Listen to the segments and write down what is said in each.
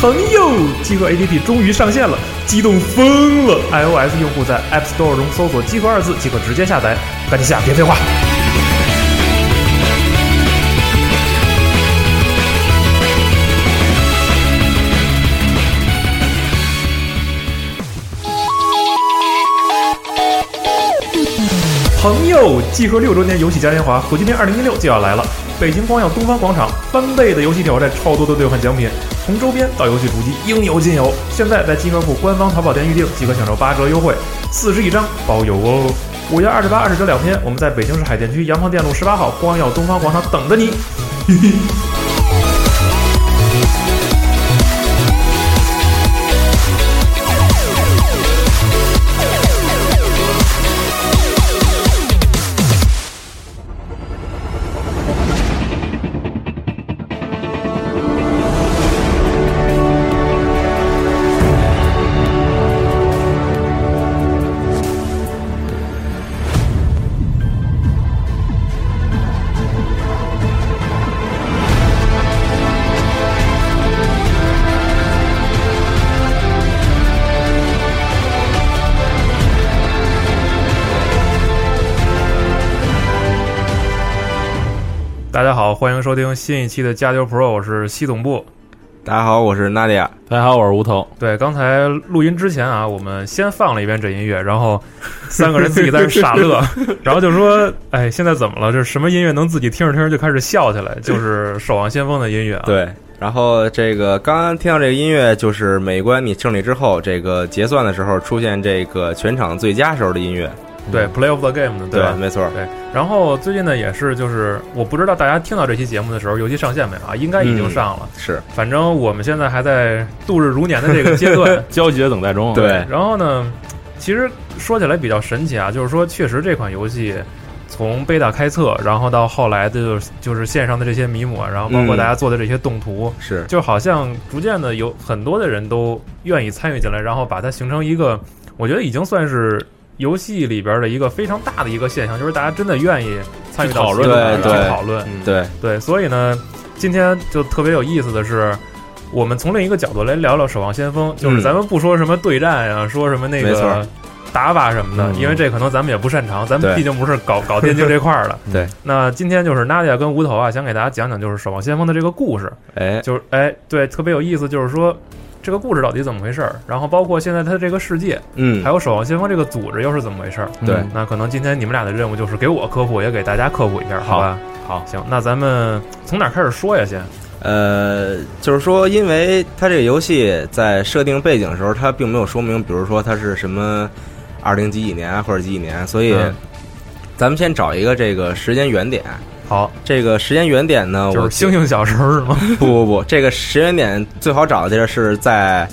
朋友，机核 APP 终于上线了，激动疯了！iOS 用户在 App Store 中搜索“机核”二字即可直接下载，赶紧下，别废话。朋友，集合六周年游戏嘉年华和今天二零一六就要来了。北京光耀东方广场翻倍的游戏挑战，超多的兑换奖品，从周边到游戏主机应有尽有。现在在集合库官方淘宝店预定即可享受八折优惠，四十一张包邮哦。五月二十八、二十九两天，我们在北京市海淀区洋房店路十八号光耀东方广场等着你。大家好，欢迎收听新一期的加丢 Pro，我是西总部。大家好，我是娜迪亚。大家好，我是吴头。对，刚才录音之前啊，我们先放了一遍这音乐，然后三个人自己在那傻 乐，然后就说：“哎，现在怎么了？这什么音乐能自己听着听着就开始笑起 来？就是《守望先锋》的音乐啊。”，对，然后这个刚刚听到这个音乐，就是每一关你胜利之后，这个结算的时候出现这个全场最佳时候的音乐。对，Play of the Game 的，对吧？没错。对，然后最近呢，也是就是我不知道大家听到这期节目的时候，游戏上线没有啊？应该已经上了，是反正我们现在还在度日如年的这个阶 段。焦急的等待中。啊对，然后呢，其实说起来比较神奇啊，就是说，确实这款游戏从贝塔开测，然后到后来的就是就是线上的这些迷模，然后包括嗯大家做的这些动图，是，就好像逐渐的有很多的人都愿意参与进来，然后把它形成一个，我觉得已经算是。游戏里边的一个非常大的一个现象，就是大家真的愿意参与到去讨论其中来对对去讨论，嗯，对，对，所以呢，今天就特别有意思的是，我们从另一个角度来聊聊《守望先锋》，就是嗯咱们不说什么对战呀、说什么那没个错打法什么的，嗯因为这可能咱们也不擅长，咱们对毕竟不是搞搞电竞这块儿的。 对，那今天就是 Nadia 跟吴头啊，想给大家讲讲就是《守望先锋》的这个故事，哎，就是哎，对，特别有意思，就是说。这个故事到底怎么回事儿？然后包括现在它这个世界，嗯还，有《守望先锋》这个组织又是怎么回事儿？嗯对哎那可能今天你们俩的任务就是给我科普，也给大家科普一下，好好吧？好，行，那咱们从哪儿开始说呀？先，呃，就是说，因为它这个游戏在设定背景的时候，它并没有说明，比如说它是什么二零几几年啊或者几几年，所以嗯咱们先找一个这个时间原点。好，这个时间原点呢，就我是星星小时候是 吗？不不不，这个时间点最好找的地儿是在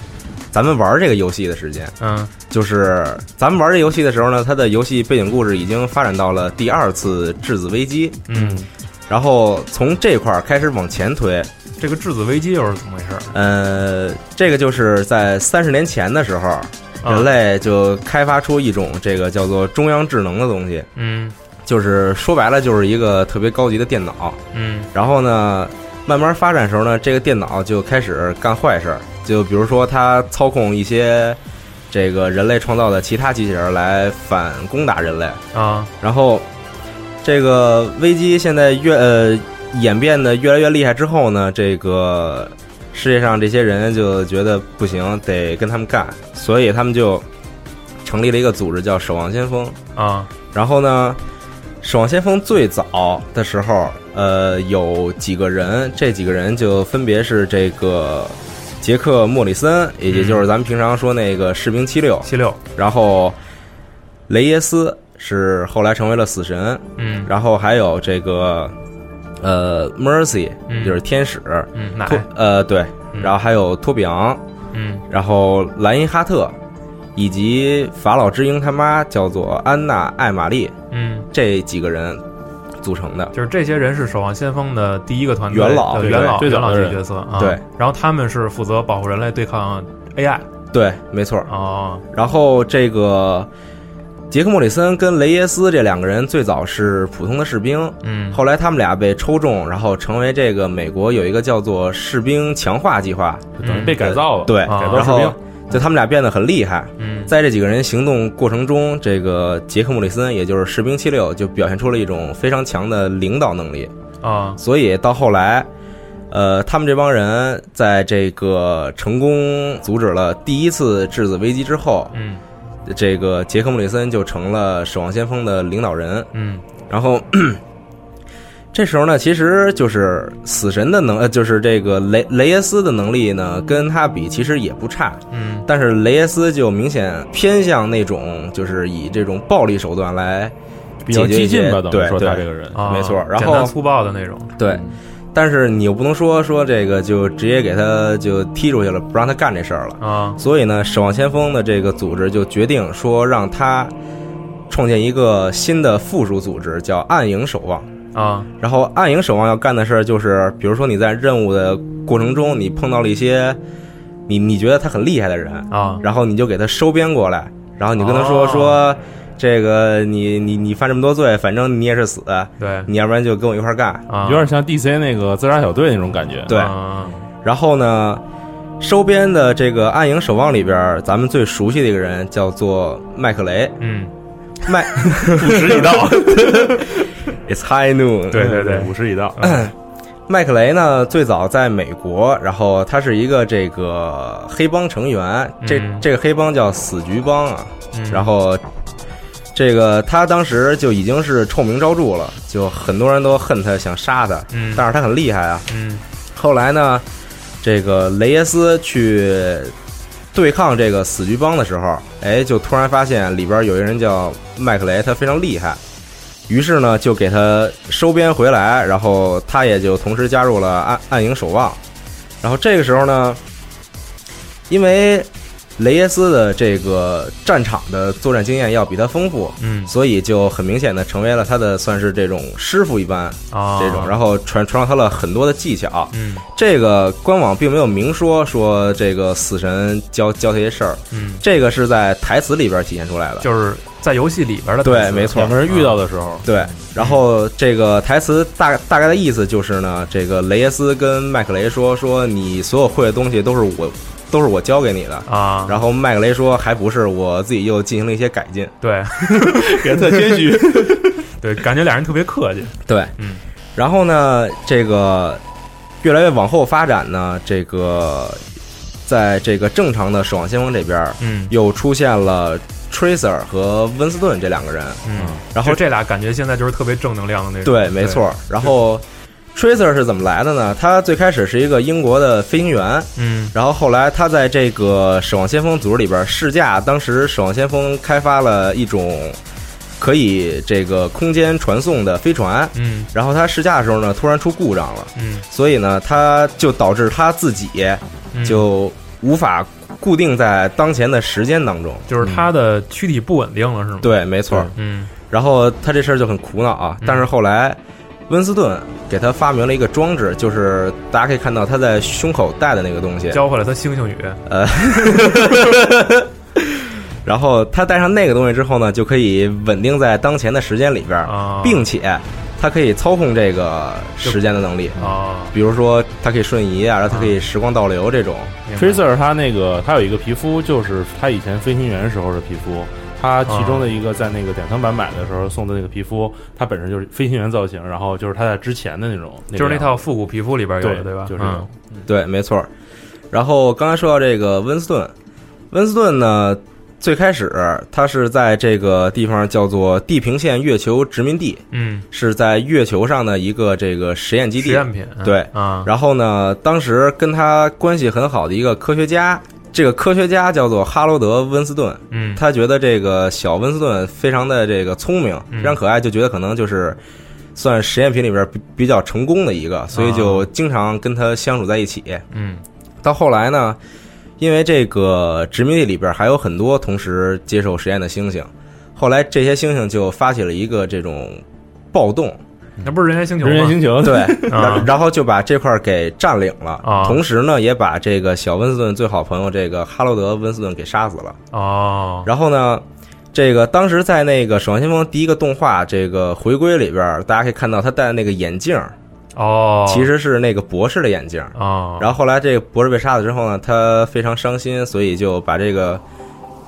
咱们玩这个游戏的时间，嗯，就是咱们玩这游戏的时候呢，它的游戏背景故事已经发展到了第二次质子危机，嗯，然后从这块儿开始往前推，这个质子危机又是怎么回事？呃，这个就是在三十年前的时候，啊人，类就开发出一种这个叫做中央智能的东西，嗯就是说白了就是一个特别高级的电脑，嗯然后呢，慢慢发展的时候呢，这个电脑就开始干坏事儿，就比如说它操控一些这个人类创造的其他机器人来反攻打人类。啊，然后这个危机现在越呃演变得越来越厉害之后呢，这个世界上这些人就觉得不行，得跟他们干，所以他们就成立了一个组织叫守望先锋。啊，然后呢，《守望先锋》最早的时候，呃，有几个人，这几个人就分别是这个杰克·莫里森，也就是咱们平常说那个士兵七六，七六，然后雷耶斯是后来成为了死神，嗯然后还有这个呃 Mercy 嗯就是天使，嗯，奶，托呃对，嗯然后还有托比昂，嗯然后莱因哈特。以及法老之鹰他妈叫做安娜·艾玛丽，嗯，这几个人组成的。就是这些人是守望先锋的第一个团队元老呃对元老，最元早老的级人角色啊。对，然后他们是负责保护人类对抗 AI 啊对，没错。哦，然后这个杰克·莫里森跟雷耶斯这两个人最早是普通的士兵，嗯，后来他们俩被抽中，然后成为这个美国有一个叫做士兵强化计划，就等于被改造了，对，啊改然造士后兵，就他们俩变得很厉害。嗯在这几个人行动过程中，这个杰克·莫里森，也就是士兵七六，就表现出了一种非常强的领导能力。啊，所以到后来，呃，他们这帮人在这个成功阻止了第一次质子危机之后，嗯这个杰克·莫里森就成了守望先锋的领导人。嗯然后 这时候呢，其实就是死神的能，呃，就是这个雷雷耶斯的能力呢，跟他比其实也不差，嗯但是雷耶斯就明显偏向那种就是以这种暴力手段来，比较激进吧，解决等于说对他对这个人，啊，没错然后简单粗暴的那种，对。但是你又不能说说这个就直接给他就踢出去了，不让他干这事儿了。啊，所以呢，守望先锋的这个组织就决定说让他创建一个新的附属组织，叫暗影守望。啊，然后暗影守望要干的事儿就是，比如说你在任务的过程中，你碰到了一些你你觉得他很厉害的人，啊，然后你就给他收编过来，然后你跟他说、哦说这个你你你犯这么多罪，反正你也是死，对，你要不然就跟我一块儿干。啊，有点像 DC 那个自杀小队那种感觉，对啊然后呢，收编的这个暗影守望里边儿，咱们最熟悉的一个人叫做麦克雷，嗯，麦五十已到， It's High Noon， 对对嗯对五十已到，麦克雷呢，最早在美国，然后他是一个这个黑帮成员，这、嗯这个黑帮叫死局帮啊。嗯然后这个他当时就已经是臭名昭著了，就很多人都恨他，想杀他，嗯，但是他很厉害啊。嗯后来呢，这个雷耶斯去对抗这个死局帮的时候，哎，就突然发现里边有一个人叫麦克雷，他非常厉害，于是呢就给他收编回来，然后他也就同时加入了暗暗影守望。然后这个时候呢，因为雷耶斯的这个战场的作战经验要比他丰富，嗯所以就很明显的成为了他的算是这种师傅一般啊，这种，然后传传授他了很多的技巧。嗯这个官网并没有明说说这个死神教教他一些事儿，嗯，这个是在台词里边体现出来的。就是在游戏里边的对台词没错两个人遇到的时 候，对，然后这个台词大大概的意思就是呢，这个雷耶斯跟麦克雷说说你所有会的东西都是我都是我教给你的，啊，然后麦克雷说还不是我自己又进行了一些改进。对别特谦 虚，对，感觉俩人特别客气，对，嗯，然后呢，这个越来越往后发展呢，这个在这个正常的守望先锋这边，嗯又出现了 Tracer 和温斯顿这两个人，嗯，然后就这俩感觉现在就是特别正能量的那种，对，没错。然后 Tracer 是怎么来的呢？他最开始是一个英国的飞行员，嗯然后后来他在这个守望先锋组织里边试驾，当时守望先锋开发了一种可以这个空间传送的飞船，嗯然后他试驾的时候呢，突然出故障了，嗯，所以呢，他就导致他自己嗯就无法固定在当前的时间当中。就是他的躯体不稳定了，是吗？，对，没错。嗯然后他这事儿就很苦恼啊嗯。但是后来，温斯顿给他发明了一个装置，就是大家可以看到他在胸口戴的那个东西。教会了他星星语，啊然后他戴上那个东西之后呢，就可以稳定在当前的时间里边儿，啊，并且他可以操控这个时间的能力。啊，比如说，它可以瞬移啊，然后它可以时光倒流这种。明白 Tracer 他那个他有一个皮肤，就是他以前飞行员时候的皮肤。他其中的一个在那个典藏版买的时候送的那个皮肤，它本身就是飞行员造型，然后就是他在之前的那种，个就是那样子套复古皮肤里边有对的，对吧？就是这嗯种对，没错儿。然后刚才说到这个温斯顿，温斯顿呢，最开始他是在这个地方叫做地平线月球殖民地，嗯，是在月球上的一个这个实验基实地。验品，嗯对啊，然后呢，当时跟他关系很好的一个科学家，这个科学家叫做哈罗德·温斯顿，嗯他觉得这个小温斯顿非常的这个聪明，嗯非常可爱，就觉得可能就是算实验品里边比比较成功的一啊个，所以就经常跟他相处在一起。嗯到后来呢，因为这个殖民地里边还有很多同时接受实验的猩猩，后来这些猩猩就发起了一个这种暴动，那不是人猿星球人猿吗？星球，对，啊然然后就把这块儿给占领了，啊同时呢也把这个小温斯顿最好朋友这个哈罗德温斯顿给杀死了。哦，然后呢，这个当时在那个《守望先锋》第一个动画这个回归里边儿，大家可以看到他戴的那个眼镜儿，哦，其实是那个博士的眼镜儿。啊，然后后来这个博士被杀了之后呢，他非常伤心，所以就把这个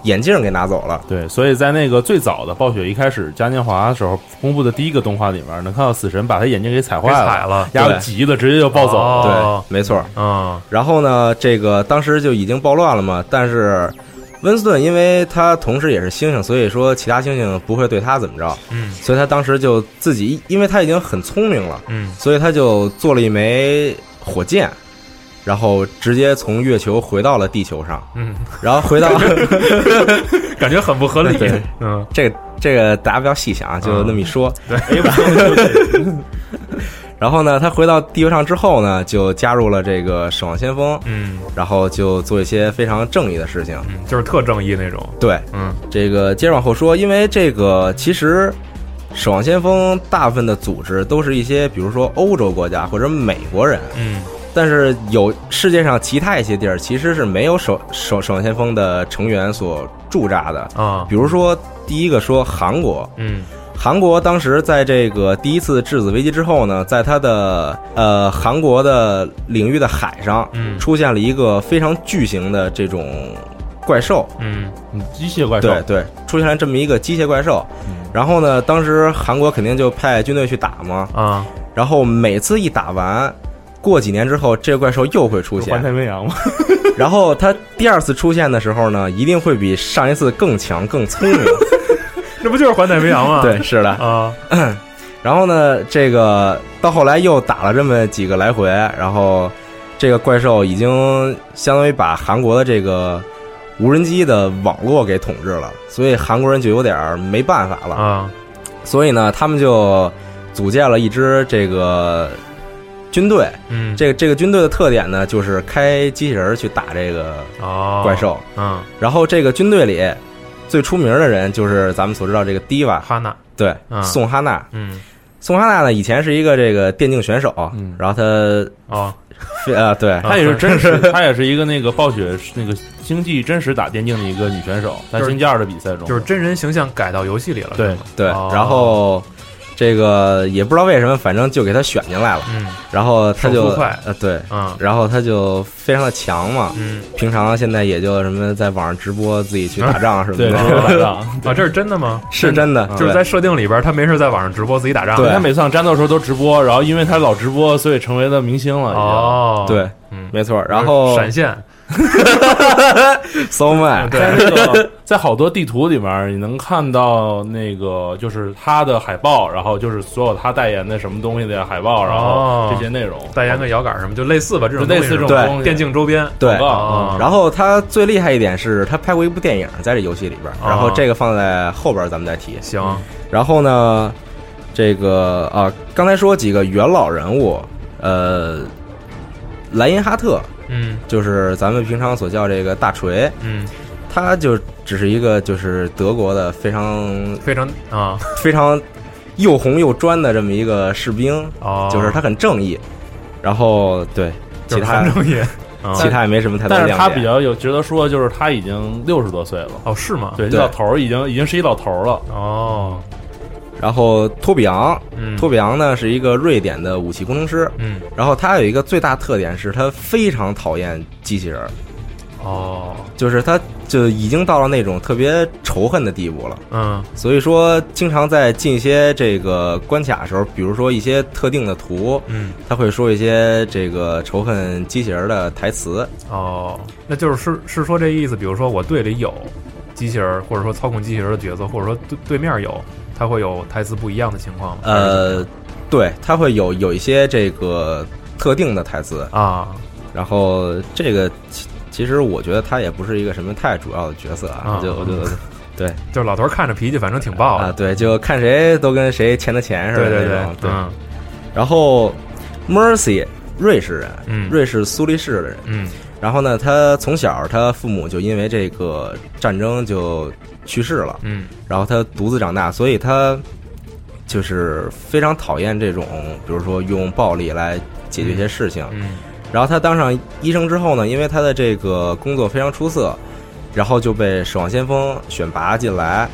眼镜给拿走了。对，所以在那个最早的暴雪一开始嘉年华的时候公布的第一个动画里面，能看到死神把他眼睛给踩后坏给了，踩了，丫头急了，直接就暴走了。哦对，没错。嗯然后呢，这个当时就已经暴乱了嘛，但是温斯顿因为他同时也是猩猩，所以说其他猩猩不会对他怎么着，嗯所以他当时就自己，因为他已经很聪明了，嗯，所以他就做了一枚火箭。然后直接从月球回到了地球上，嗯，然后回到 感觉很不合理对对，嗯哎这个这个大家不要细想啊，就那么一说。 对，然后呢，他回到地球上之后呢，就加入了这个守望先锋，嗯然后就做一些非常正义的事情。嗯，就是特正义那种，对，嗯这个接着往后说，因为这个其实《守望先锋》大部分的组织都是一些，比如说欧洲国家或者美国人，嗯但是有世界上其他一些地儿其实是没有守守守望先锋的成员所驻扎的。啊，比如说，第一个说韩国，嗯韩国当时在这个第一次质子危机之后呢，在它的呃韩国的领域的海上嗯出现了一个非常巨型的这种怪兽，嗯嗯机械怪兽，对对，出现了这么一个机械怪兽嗯。然后呢，当时韩国肯定就派军队去打嘛，啊，然后每次一打完。过几年之后，这个怪兽又会出环太现。平洋嘛， 然后它第二次出现的时候呢，一定会比上一次更强、更聪 明。 这不就是环太平洋吗？ 对，是的。啊，然后呢，这个到后来又打了这么几个来回，然后这个怪兽已经相当于把韩国的这个无人机的网络给统治了，所以韩国人就有点儿没办法了。啊所以呢，他们就组建了一支这个军队。嗯，这个这个军队的特点呢，就是开机器人儿去打这个哦怪，兽。嗯，然后这个军队里最出名的人就是咱们所知道这个 Diva，哈娜，对，嗯宋哈娜。嗯宋哈娜呢，以前是一个这个电竞选手，嗯然后她哦，非呃对啊她也是 真实，她也是一个那个暴雪那个星际真实打电竞的一个女选手，在就是星际二的比赛中，就是真人形象改到游戏里了，对是吗，对，哦然后这个也不知道为什么，反正就给她选进来了，嗯然后她手就速快呃对，嗯然后她就非常的强嘛，嗯平常现在也就什么在网上直播自己去打仗什么对，的， 是来的。啊，这是真的吗？是真的，嗯就是对在设定里边，他没事在网上直播自己打仗，对他每次上战斗的时候都直播，然后因为他老直播，所以成为了明星了。已经，哦，对，嗯，没错。然后哎闪现，嗯 so man，在对，那个在好多地图里面，你能看到那个就是他的海报，然后就是所有他代言的什么东西的海报，然哦后这些内容代言个摇杆什么，就类似吧，这就种类似这种对东西电竞周边，对嗯广。告。哦然后他最厉害一点是他拍过一部电影，在这游戏里边儿，哦然后这个放在后边儿咱们再提。行，然后呢，这个啊，刚才说几个元老人物，呃，莱因哈特嗯就是咱们平常所叫这个大锤，嗯，他就只是一个就是德国的非常非常啊，非常又红又专的这么一个士兵，哦，就是他很正义。然后对就其是他很正义，啊 其他也没什么太但大是他亮比点。较有值得说，就是他已经六十多岁了，哦是吗？对，对老头儿已经已经是一老头儿了。哦，然后托比昂，嗯，托比昂呢是一个瑞典的武器工程师。嗯然后他有一个最大特点是他非常讨厌机器人儿，哦就是他就已经到了那种特别仇恨的地步了。嗯所以说，经常在进一些这个关卡的时候，比如说一些特定的图，嗯他会说一些这个仇恨机器人儿的台词。哦，那就是是是说这意思，比如说我队里有机器人儿，或者说操控机器人儿的角色，或者说对对面有，它会有台词不一样的情况吗？呃，对，他会有有一些这个特定的台词。啊然后这个其其实我觉得他也不是一个什么太主要的角色啊啊，就我就对就是老头儿看着脾气反正挺暴啊的，对，就看谁都跟谁钱的钱似对的对那种。对，嗯然后 Mercy 瑞士人，嗯瑞士苏黎世的人。嗯然后呢，他从小他父母就因为这个战争就去世了，嗯然后他独自长大，所以他就是非常讨厌这种，比如说用暴力来解决一些事情。嗯然后他当上医生之后呢，因为他的这个工作非常出色，然后就被《守望先锋》选拔进来，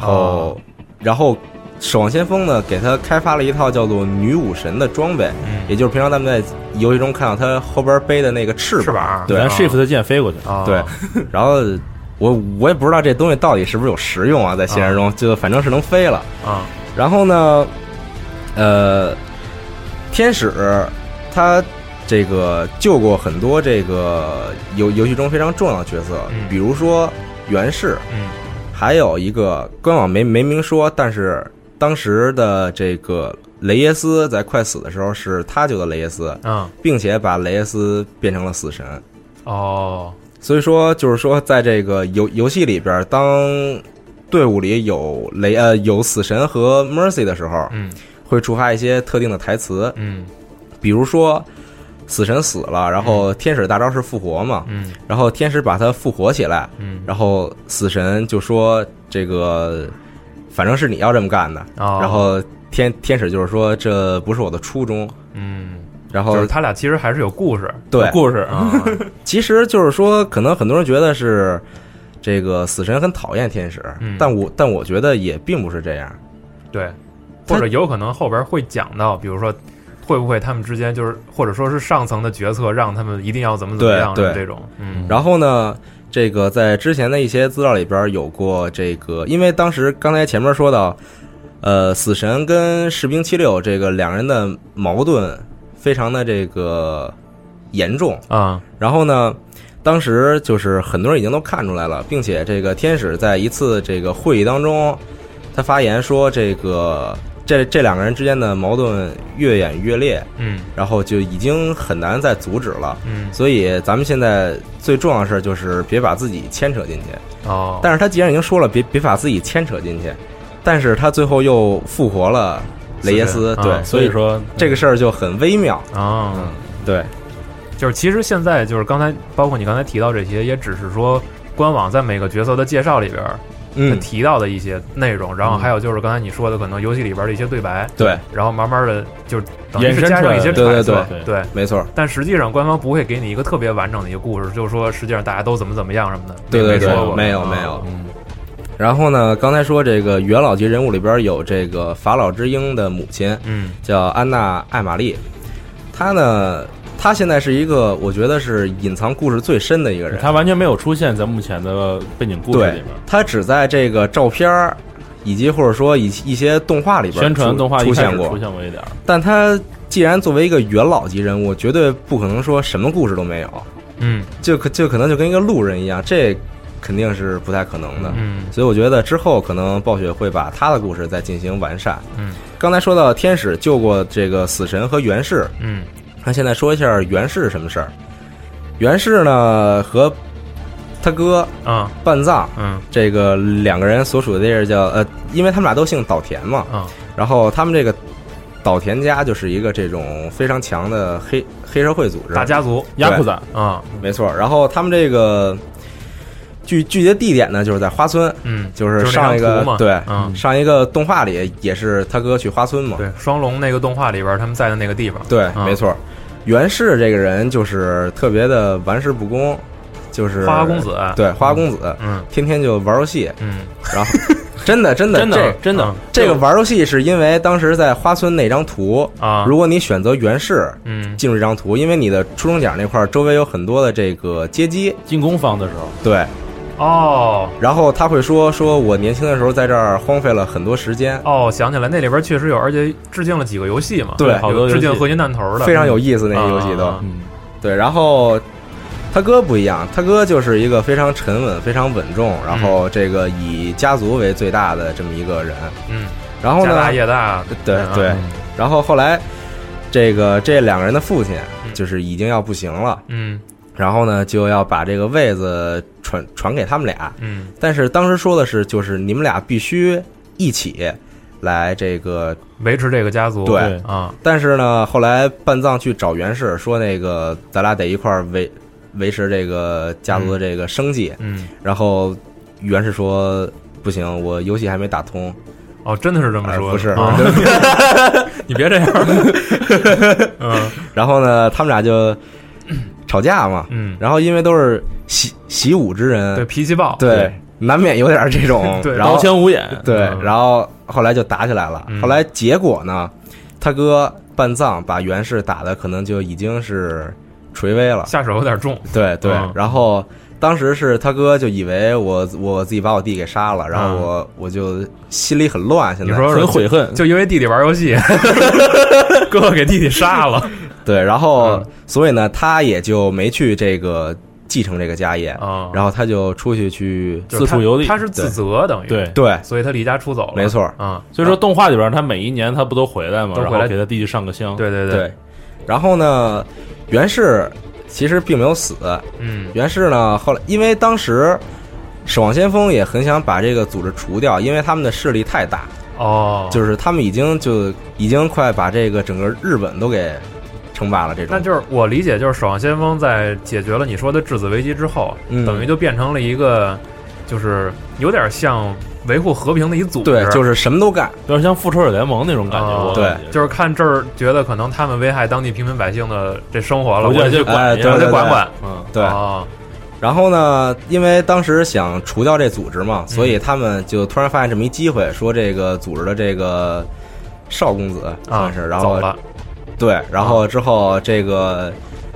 哦后、然后守望先锋呢给他开发了一套叫做女武神的装备，嗯，也就是平常咱们在游戏中看到他后边背的那个翅翅膀。膀，对咱啊 shift 键飞过去，啊，对，然后我我也不知道这东西到底是不是有实用啊，在现实中就反正是能飞了。啊，然后呢，呃，天使他这个救过很多这个游游戏中非常重要的角色嗯，比如说源氏，嗯还有一个官网没没明说，但是当时的这个雷耶斯在快死的时候是他救的雷耶斯，嗯，并且把雷耶斯变成了死神。哦，所以说，就是说，在这个游游戏里边，当队伍里有雷呃有死神和 Mercy 的时候，嗯会触发一些特定的台词，嗯比如说死神死了，然后天使大招是复活嘛，嗯然后天使把他复活起来，嗯，然后死神就说这个反正是你要这么干的，哦然后天天使就是说这不是我的初衷，嗯，然就后是他俩其实还是有故事，对有故事 啊，其实就是说，可能很多人觉得是这个死神很讨厌天使，嗯但我但我觉得也并不是这样。对，或者有可能后边会讲到，比如说会不会他们之间就是，或者说是上层的决策让他们一定要怎么怎么对样对这种，嗯然后呢，这个在之前的一些资料里边有过这个，因为当时刚才前面说到，呃，死神跟士兵七六这个两人的矛盾非常的这个严重，啊然后呢，当时就是很多人已经都看出来了，并且这个天使在一次这个会议当中，他发言说这个这这两个人之间的矛盾越演越烈，嗯然后就已经很难再阻止了。嗯所以咱们现在最重要的事儿就是别把自己牵扯进去。哦，但是他既然已经说了别别把自己牵扯进去，但是他最后又复活了雷耶斯，是的对，啊所以说这个事儿就很微妙。啊，对，就是其实现在就是刚才包括你刚才提到这些，也只是说官网在每个角色的介绍里边儿它嗯，提到的一些内容，然后还有就是刚才你说的可能游戏里边的一些对白，对，然后慢慢的就等于衍是生加出上来一些了对揣对测对对。没错儿。但实际上，官方不会给你一个特别完整的一个故事，就是说实际上大家都怎么怎么样什么的，对对没说对，过没有啊没有。嗯然后呢，刚才说这个元老级人物里边有这个法老之鹰的母亲嗯叫安娜·艾玛丽，她呢，她现在是一个我觉得是隐藏故事最深的一个人，它完全没有出现在目前的背景故事里对面。，她只在这个照片儿以及或者说以一些动画里边宣传出动画一出开现始过出，现过一点儿，但她既然作为一个元老级人物，绝对不可能说什么故事都没有，嗯就可就可能就跟一个路人一样，这肯定是不太可能的。嗯所以我觉得之后可能暴雪会把他的故事再进行完善。嗯，刚才说到天使救过这个死神和源氏，嗯那现在说一下源氏什么事儿。源氏呢和他哥啊半藏嗯这个两个人所属的地儿叫呃，因为他们俩都姓岛田嘛，啊然后他们这个岛田家就是一个这种非常强的黑黑社会组织，大家族雅库赞啊没错。然后他们这个聚聚集的地点呢就是在花村，嗯，就是就是上一那张个图嘛对，嗯啊上一个动画里也是他哥去花村嘛，对双龙那个动画里边他们在的那个地方，对，嗯没错。源氏这个人就是特别的玩世不恭，就是花花公子，对花花公子，嗯天天就玩游戏，嗯然后真的真的真的真的嗯，这这个玩游戏是因为当时在花村那张图，啊，如果你选择源氏嗯进入这张图，因为你的出生点那块儿周围有很多的这个街机，进攻方的时候，对，哦然后他会说说我年轻的时候在这儿荒废了很多时间，哦，想起来那里边确实有，而且致敬了几个游戏嘛，对有好多游戏致敬合金弹头的，嗯非常有意思那个游戏都。啊啊啊嗯，对，然后他哥不一样，他哥就是一个非常沉稳、非常稳重，然后这个以家族为最大的这么一个人。嗯，然后家大呢，业大，对嗯对，然后后来这个这两个人的父亲嗯就是已经要不行了，嗯然后呢就要把这个位子传传给他们俩，嗯但是当时说的是，就是你们俩必须一起来这个维持这个家族，对对啊但是呢，后来半藏去找袁氏说，那个咱俩得一块儿维维持这个家族的这个生计。嗯然后袁氏说不行，我游戏还没打通，哦，真的是这么而说的，哎不是。啊 你别这样，嗯 然后呢，他们俩就吵架嘛。嗯，然后因为都是习习武之人，对，脾气暴，，对对难免有点这 种对然刀后枪无眼，对嗯，然后后来就打起来了。嗯后来结果呢，他哥办葬把袁氏打的可能就已经是垂危了，下手有点重，对对嗯。然后当时是他哥就以为我我自己把我弟给杀了，然后我我就心里很乱。现嗯你在说很悔恨。就因为弟弟玩游戏， 哥哥给弟弟杀了对，然后嗯所以呢，他也就没去这个继承这个家业，啊， 然后他就出去去就是四他处游历他是自责等于，对，对，所以他离家出走了，没错啊，所以说动画里边他每一年他不都回来吗？都回来然后给他弟弟上个香。，对对，对。然后呢，袁氏其实并没有死，嗯袁氏呢，后来因为当时守望先锋也很想把这个组织除掉，因为他们的势力太大，哦，是就是他们已经就已经快把这个整个日本都给称霸了。这种那就是我理解，就是《守望先锋》在解决了你说的质子危机之后，嗯等于就变成了一个，就是有点像维护和平的一组织，对，就是是什么都干。有点像复仇者联盟那种感觉。哦我啊对感觉就是看这儿觉得可能他们危害当地平民百姓的这生活了，我我得就得去去，哎管一对我下得对管管，嗯，对，哦然后呢，因为当时想除掉这组织嗯嘛，所以他们就突然发现这么一机会，说这个组织的这个邵公子啊算是，然走后了，啊对，然后之后这个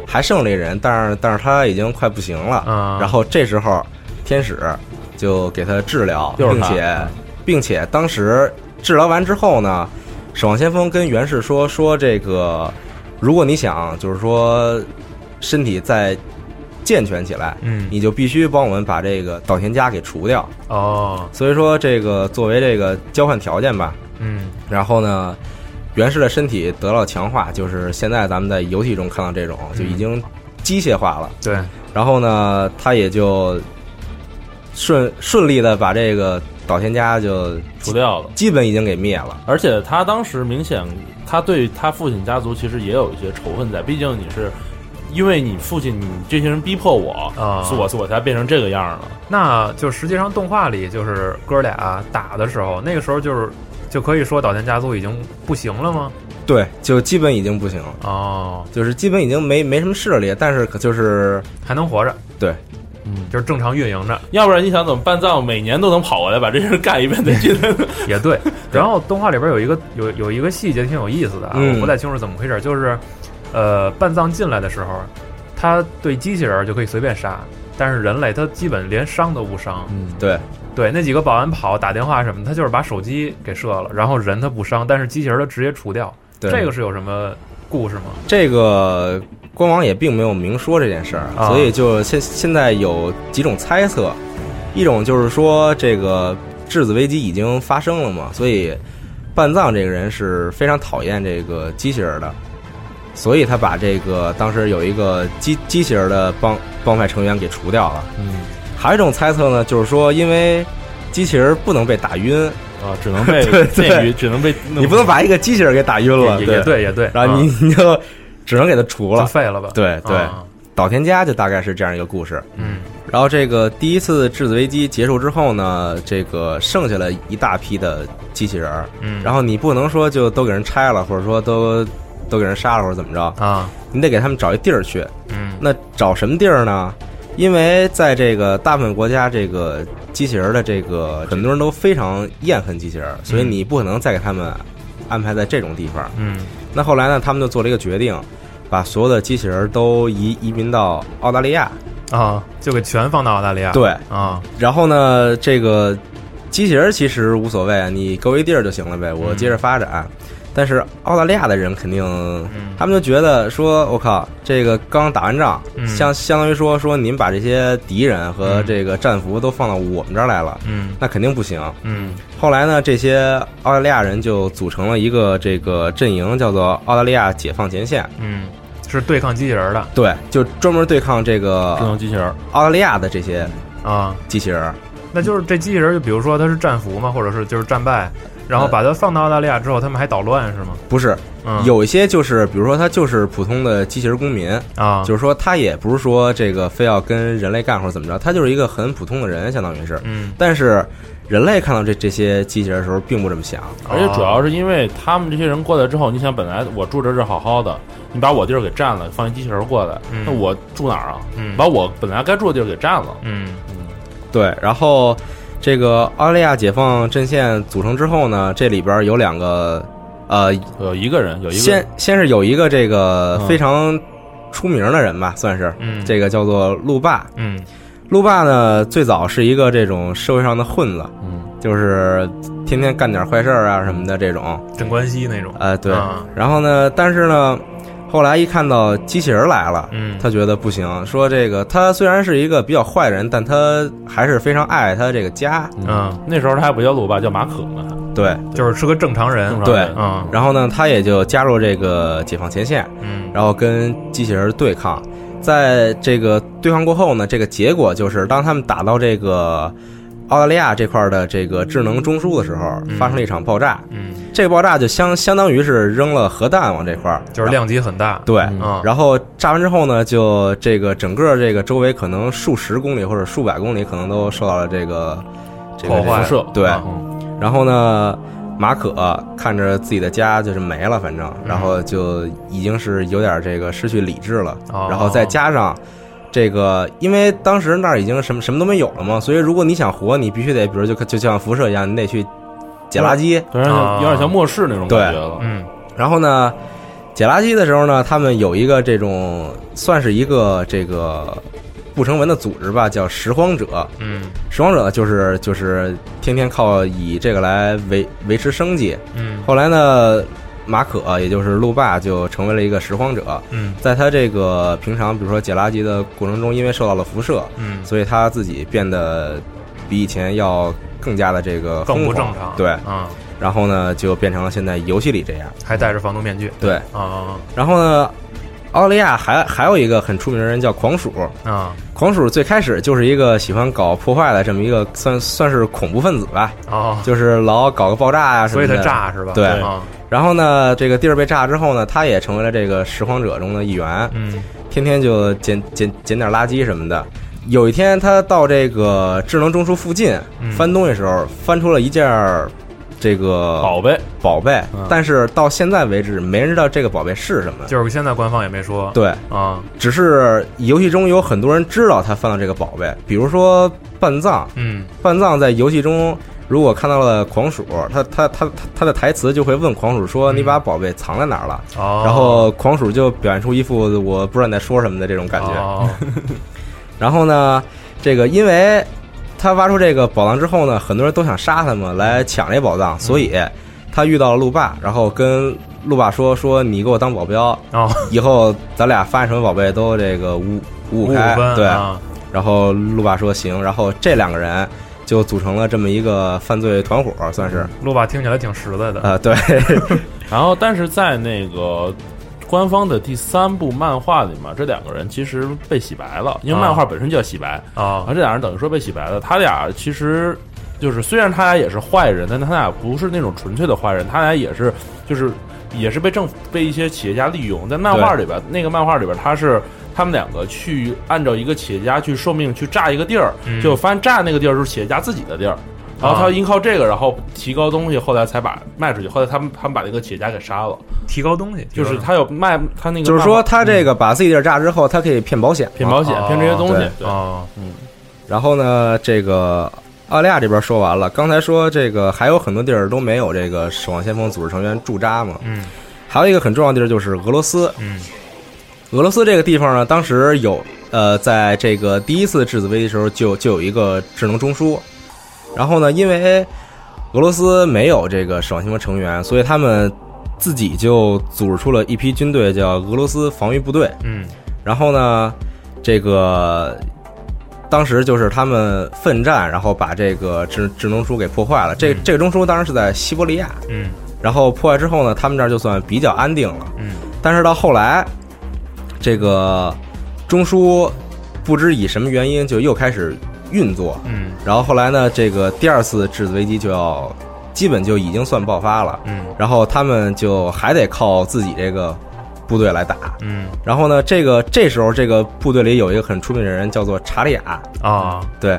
还剩了一人，但是但是他已经快不行了。嗯啊然后这时候天使就给他治疗，又是并他且嗯并且当时治疗完之后呢，守望先锋跟袁氏说说这个，如果你想就是说身体再健全起来。嗯你就必须帮我们把这个岛田家给除掉，哦所以说这个作为这个交换条件吧，嗯然后呢，袁氏的身体得到强化，就是现在咱们在游戏中看到这种，就已经机械化了。对然后呢，他也就顺顺利的把这个岛田家就除掉了。基本已经给灭了。而且他当时明显，他对他父亲家族其实也有一些仇恨在，毕竟你是。因为你父亲，你这些人逼迫我，啊是我是我才变成这个样儿了。那就实际上动画里就是哥俩打的时候，那个时候就是就可以说岛田家族已经不行了吗？对，就基本已经不行了，哦，就是基本已经没没什么势力，但是可就是还能活着，对嗯，就是正常运营着，要不然你想怎么办葬？每年都能跑过来把这事儿干一遍，得进来。 也对。然后动画里边有一个有有一个细节挺有意思的啊，嗯我不太清楚怎么回事，就是呃，半藏进来的时候，他对机器人儿就可以随便杀。但是人类他基本连伤都不伤，嗯，对对那几个保安跑打电话什么，他就是把手机给射了，然后人他不伤，但是机器人儿他直接除掉。对这个是有什么故事吗？这个官网也并没有明说这件事儿，啊所以就现现在有几种猜测，一种就是说这个质子危机已经发生了嘛，所以半藏这个人是非常讨厌这个机器人儿的，所以他把这个当时有一个机机器人儿的帮帮派成员给除掉了。嗯还有一种猜测呢，就是说因为机器人儿不能被打晕，啊，只能被 对对内娱，只能被弄你不能把一个机器人儿给打晕了，也也也 对，对，也对。然后你、啊你就只能给他除就了。废了吧？对对，啊岛田家就大概是这样一个故事。嗯然后这个第一次质子危机结束之后呢，这个剩下了一大批的机器人儿，嗯，然后你不能说就都给人拆了，或者说都都给人杀了或者怎么着，啊，你得给他们找一地儿去。嗯那找什么地儿呢？因为在这个大部分国家，这个机器人儿的这个很多人都非常厌恨机器人儿，所以你不可能再给他们安排在这种地方。嗯那后来呢，他们就做了一个决定，把所有的机器人儿都移移民到澳大利亚。啊，就给全放到澳大利亚。对，啊，然后呢，这个机器人儿其实无所谓，你够一地儿就行了呗，我接着发展。但是澳大利亚的人肯定，嗯他们就觉得说，我靠，这个刚打完仗，嗯相相当于说说您把这些敌人和这个战俘都放到我们这儿来了，嗯那肯定不行。嗯后来呢，这些澳大利亚人就组成了一个这个阵营，叫做澳大利亚解放前线，嗯，是对抗机器人儿的对，就专门对抗这个智能机器人儿。澳大利亚的这些啊。机器人儿。那就是这机器人儿，就比如说他是战俘嘛，或者是就是战败，然后把它放到澳大利亚之后，他们还捣乱是吗？不是，嗯，有一些就是，比如说他就是普通的机器人公民，啊，就是说他也不是说这个非要跟人类干或者怎么着，他就是一个很普通的人，相当于是。嗯但是人类看到这这些机器人的时候，并不这么想。而且主啊要是因为他们这些人过来之后，你想本来我住这儿是好好的，你把我地儿给占了，放一机器人儿过来，嗯那我住哪儿啊？嗯把我本来该住的地儿给占了。嗯，对，然后这个澳大利亚解放阵线组成之后呢，这里边有两个呃，有一个人有一个先人先是有一个这个嗯非常出名的人吧，算是嗯这个叫做路霸。嗯路霸呢，最早是一个这种社会上的混子，嗯就是天天干点坏事儿啊什么的这种。镇关西那种，呃，对啊。然后呢，但是呢，后来一看到机器人来了，嗯他觉得不行，说这个他虽然是一个比较坏的人，但他还是非常爱他这个家。嗯，那时候他还不叫鲁巴，叫马可呢。对，就是是个正常人正，常对人嗯然后呢，他也就加入这个解放前线，嗯然后跟机器人对抗。在这个对抗过后呢，这个结果就是，当他们打到这个澳大利亚这块儿的这个智能中枢的时候，发生了一场爆炸。嗯，这个爆炸就相相当于是扔了核弹往这块儿，就是量级很大，对。嗯嗯，然后炸完之后呢，就这个整个这个周围可能数十公里或者数百公里，可能都受到了这个这个破这个坏辐射对嗯然后呢，马可看着自己的家就是没了，反正，然后就已经是有点这个失去理智了。哦然后再加上这个，因为当时那儿已经什么什么都没有了嘛，所以如果你想活，你必须得，比如就就像辐射一样，你得去捡垃圾。有点像啊有点像末世那种感觉了。嗯然后呢，捡垃圾的时候呢，他们有一个这种算是一个这个不成文的组织吧，叫拾荒者。嗯拾荒者就是就是天天靠以这个来维维持生计。嗯后来呢，马可也就是路霸就成为了一个拾荒者，嗯在他这个平常比如说捡垃圾的过程中，因为受到了辐射，嗯，所以他自己变得比以前要更加的这个更不疯正狂常，对，嗯，然后呢，就变成了现在游戏里这样。还戴着防毒面具对，啊然后呢，澳大利亚还还有一个很出名的人叫狂鼠，啊狂鼠最开始就是一个喜欢搞破坏的这么一个算算是恐怖分子吧，啊，就是老搞个爆炸呀、什所么以的。他炸是吧？对啊，然后呢，这个地儿被炸之后呢，他也成为了这个拾荒者中的一员，嗯天天就捡捡捡点垃圾什么的。有一天，他到这个智能中枢附近嗯翻东西时候，翻出了一件儿这个宝贝，宝贝嗯，但是到现在为止，没人知道这个宝贝是什么。就是现在官方也没说，对，啊，只是游戏中有很多人知道他翻到这个宝贝，比如说半藏，嗯半藏在游戏中如果看到了狂鼠，他他他他他的台词就会问狂鼠说：“嗯你把宝贝藏在哪儿了？”哦，然后狂鼠就表现出一副我不知道你在说什么的这种感觉。哦然后呢，这个因为他挖出这个宝藏之后呢，很多人都想杀他嘛，来抢这宝藏，所以他遇到了路霸，然后跟路霸说：“说你给我当保镖，哦，以后咱俩发现什么宝贝都这个五五五五开。分对，啊然后路霸说：“行。”然后这两个人就组成了这么一个犯罪团伙，算是路霸听起来挺实在的，呃，对，嗯然后但是在那个。官方的第三部漫画里面，这两个人其实被洗白了，因为啊漫画本身就叫洗白，然啊后这俩人等于说被洗白了。他俩其实就是虽然他俩也是坏人，但他俩不是那种纯粹的坏人，他俩也是就是也是被政府被一些企业家利用。在漫画里边，那个漫画里边他是。他们两个去按照一个企业家去受命去炸一个地儿，嗯就发现炸那个地儿就是企业家自己的地儿，然后他依靠这个，然后提高东西，后来才把卖出去。后来他们他们把那个企业家给杀了，提高东西，提就高是东西他有卖他那个，就是说他这个把自己地儿炸之后，他可以骗保险嘛，嗯骗保险哦，骗这些东西，对哦，然后呢，这个澳大利亚这边说完了，刚才说这个还有很多地儿都没有这个守望先锋组织成员驻扎嘛。嗯还有一个很重要的地儿就是俄罗斯，嗯俄罗斯这个地方呢，当时有呃，在这个第一次质子危机时候就就有一个智能中枢，然后呢，因为俄罗斯没有这个守望先锋成员，所以他们自己就组织出了一批军队，叫俄罗斯防御部队。嗯然后呢，这个当时就是他们奋战，然后把这个智智能书给破坏了。这嗯这个中枢当然是在西伯利亚，嗯然后破坏之后呢，他们这儿就算比较安定了。嗯但是到后来，这个中枢不知以什么原因就又开始运作，嗯然后后来呢，这个第二次质子危机就要基本就已经算爆发了，嗯然后他们就还得靠自己这个部队来打。嗯然后呢，这个这时候这个部队里有一个很出名的人叫做查理亚，啊，对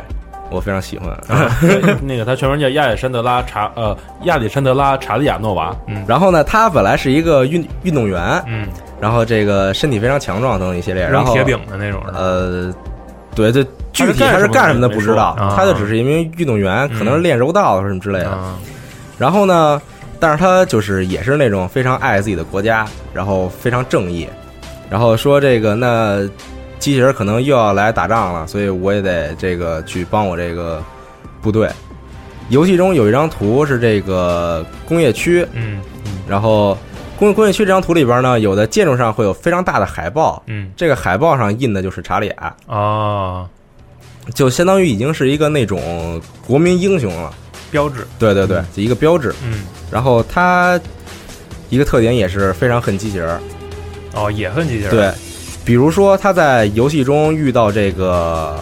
我非常喜欢。对那个他全名叫亚历山德拉查呃亚历山德拉查理亚诺娃，然后呢，他本来是一个运运动员，嗯，然后这个身体非常强壮等等一系列，然扔后铁饼的那种是吧？呃，对，这他具是体干他什是么干的什么的没不知说道，啊他就只是一名运动员，可能是嗯练柔道什么之类的。啊，然后呢，但是他就是也是那种非常爱自己的国家，然后非常正义，然后说这个那机器人可能又要来打仗了，所以我也得这个去帮我这个部队。游戏中有一张图是这个工业区，嗯然后工工业区这张图里边呢，有的建筑上会有非常大的海报，嗯这个海报上印的就是查理亚，啊，就相当于已经是一个那种国民英雄了。标志，对对对，就一个标志。嗯，然后它一个特点也是非常恨机器人儿，哦，也恨机器人，对，，比如说他在游戏中遇到这个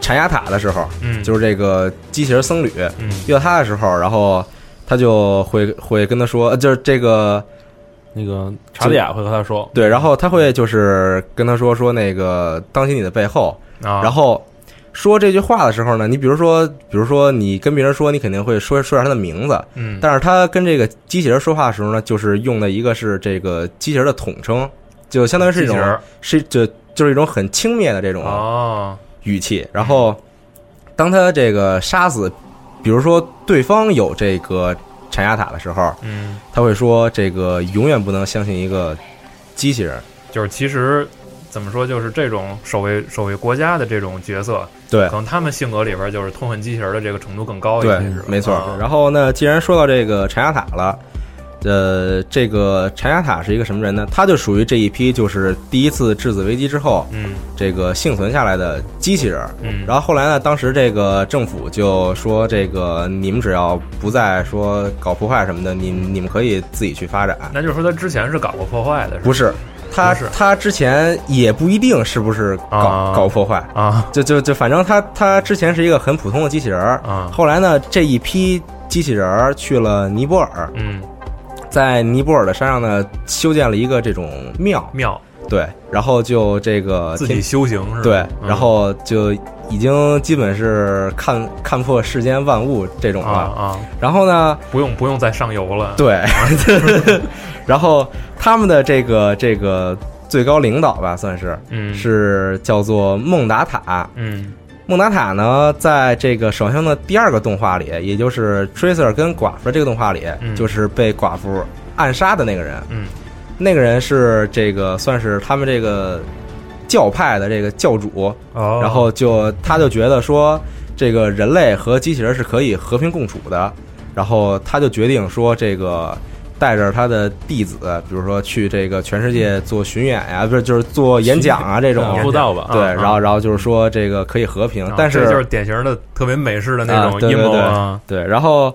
禅雅塔的时候，嗯，就是这个机器人僧侣嗯遇到他的时候，然后他就会会跟他说，呃就是这个那个查理亚会和他说，对，然后他会就是跟他说说那个当心你的背后，啊，然后。说这句话的时候呢，你比如说，比如说你跟别人说，你肯定会说说下他的名字，嗯，但是他跟这个机器人说话的时候呢，就是用的一个是这个机器人的统称，就相当于是一机器种人儿是就就是一种很轻蔑的这种哦，语气。然后，当他这个杀死，比如说对方有这个产压塔的时候，嗯，他会说这个永远不能相信一个机器人。就是其实怎么说，就是这种守卫守卫国家的这种角色，对可能他们性格里边就是痛恨机器人的这个程度更高一对些，是吧，没错啊。然后呢，既然说到这个产压塔了。呃，这个产压塔是一个什么人呢？他就属于这一批，就是第一次质子危机之后，嗯这个幸存下来的机器人儿。嗯，然后后来呢，当时这个政府就说，这个你们只要不再说搞破坏什么的，你你们可以自己去发展。那就是说他之前是搞过破坏的，不是是，他不是他之前也不一定是不是搞、啊搞破坏，吧啊就就就反正他他之前是一个很普通的机器人儿。啊，后来呢，这一批机器人儿去了尼泊尔，嗯，在尼泊尔的山上呢修建了一个这种庙，妙，对，然后就这个自啊天己修行是吧？对，嗯然后就已经基本是看看破世间万物这种啊了。啊，然后呢，不用不用再上游了，对， 然后他们的这个这个最高领导吧，算是嗯是叫做孟达塔。嗯孟达塔呢，在这个首相的第二个动画里，也就是 Tracer 跟寡妇这个动画里，嗯就是被寡妇暗杀的那个人。嗯那个人是这个算是他们这个教派的这个教主。哦，然后就他就觉得说，这个人类和机器人是可以和平共处的，然后他就决定说，这个带着他的弟子，比如说去这个全世界做巡演呀、不是就是做演讲啊这种演，布讲道吧，对，啊然后然后就是说这个可以和平啊，但这就是是典型的特别美式的那啊种对阴对谋对啊，对，然后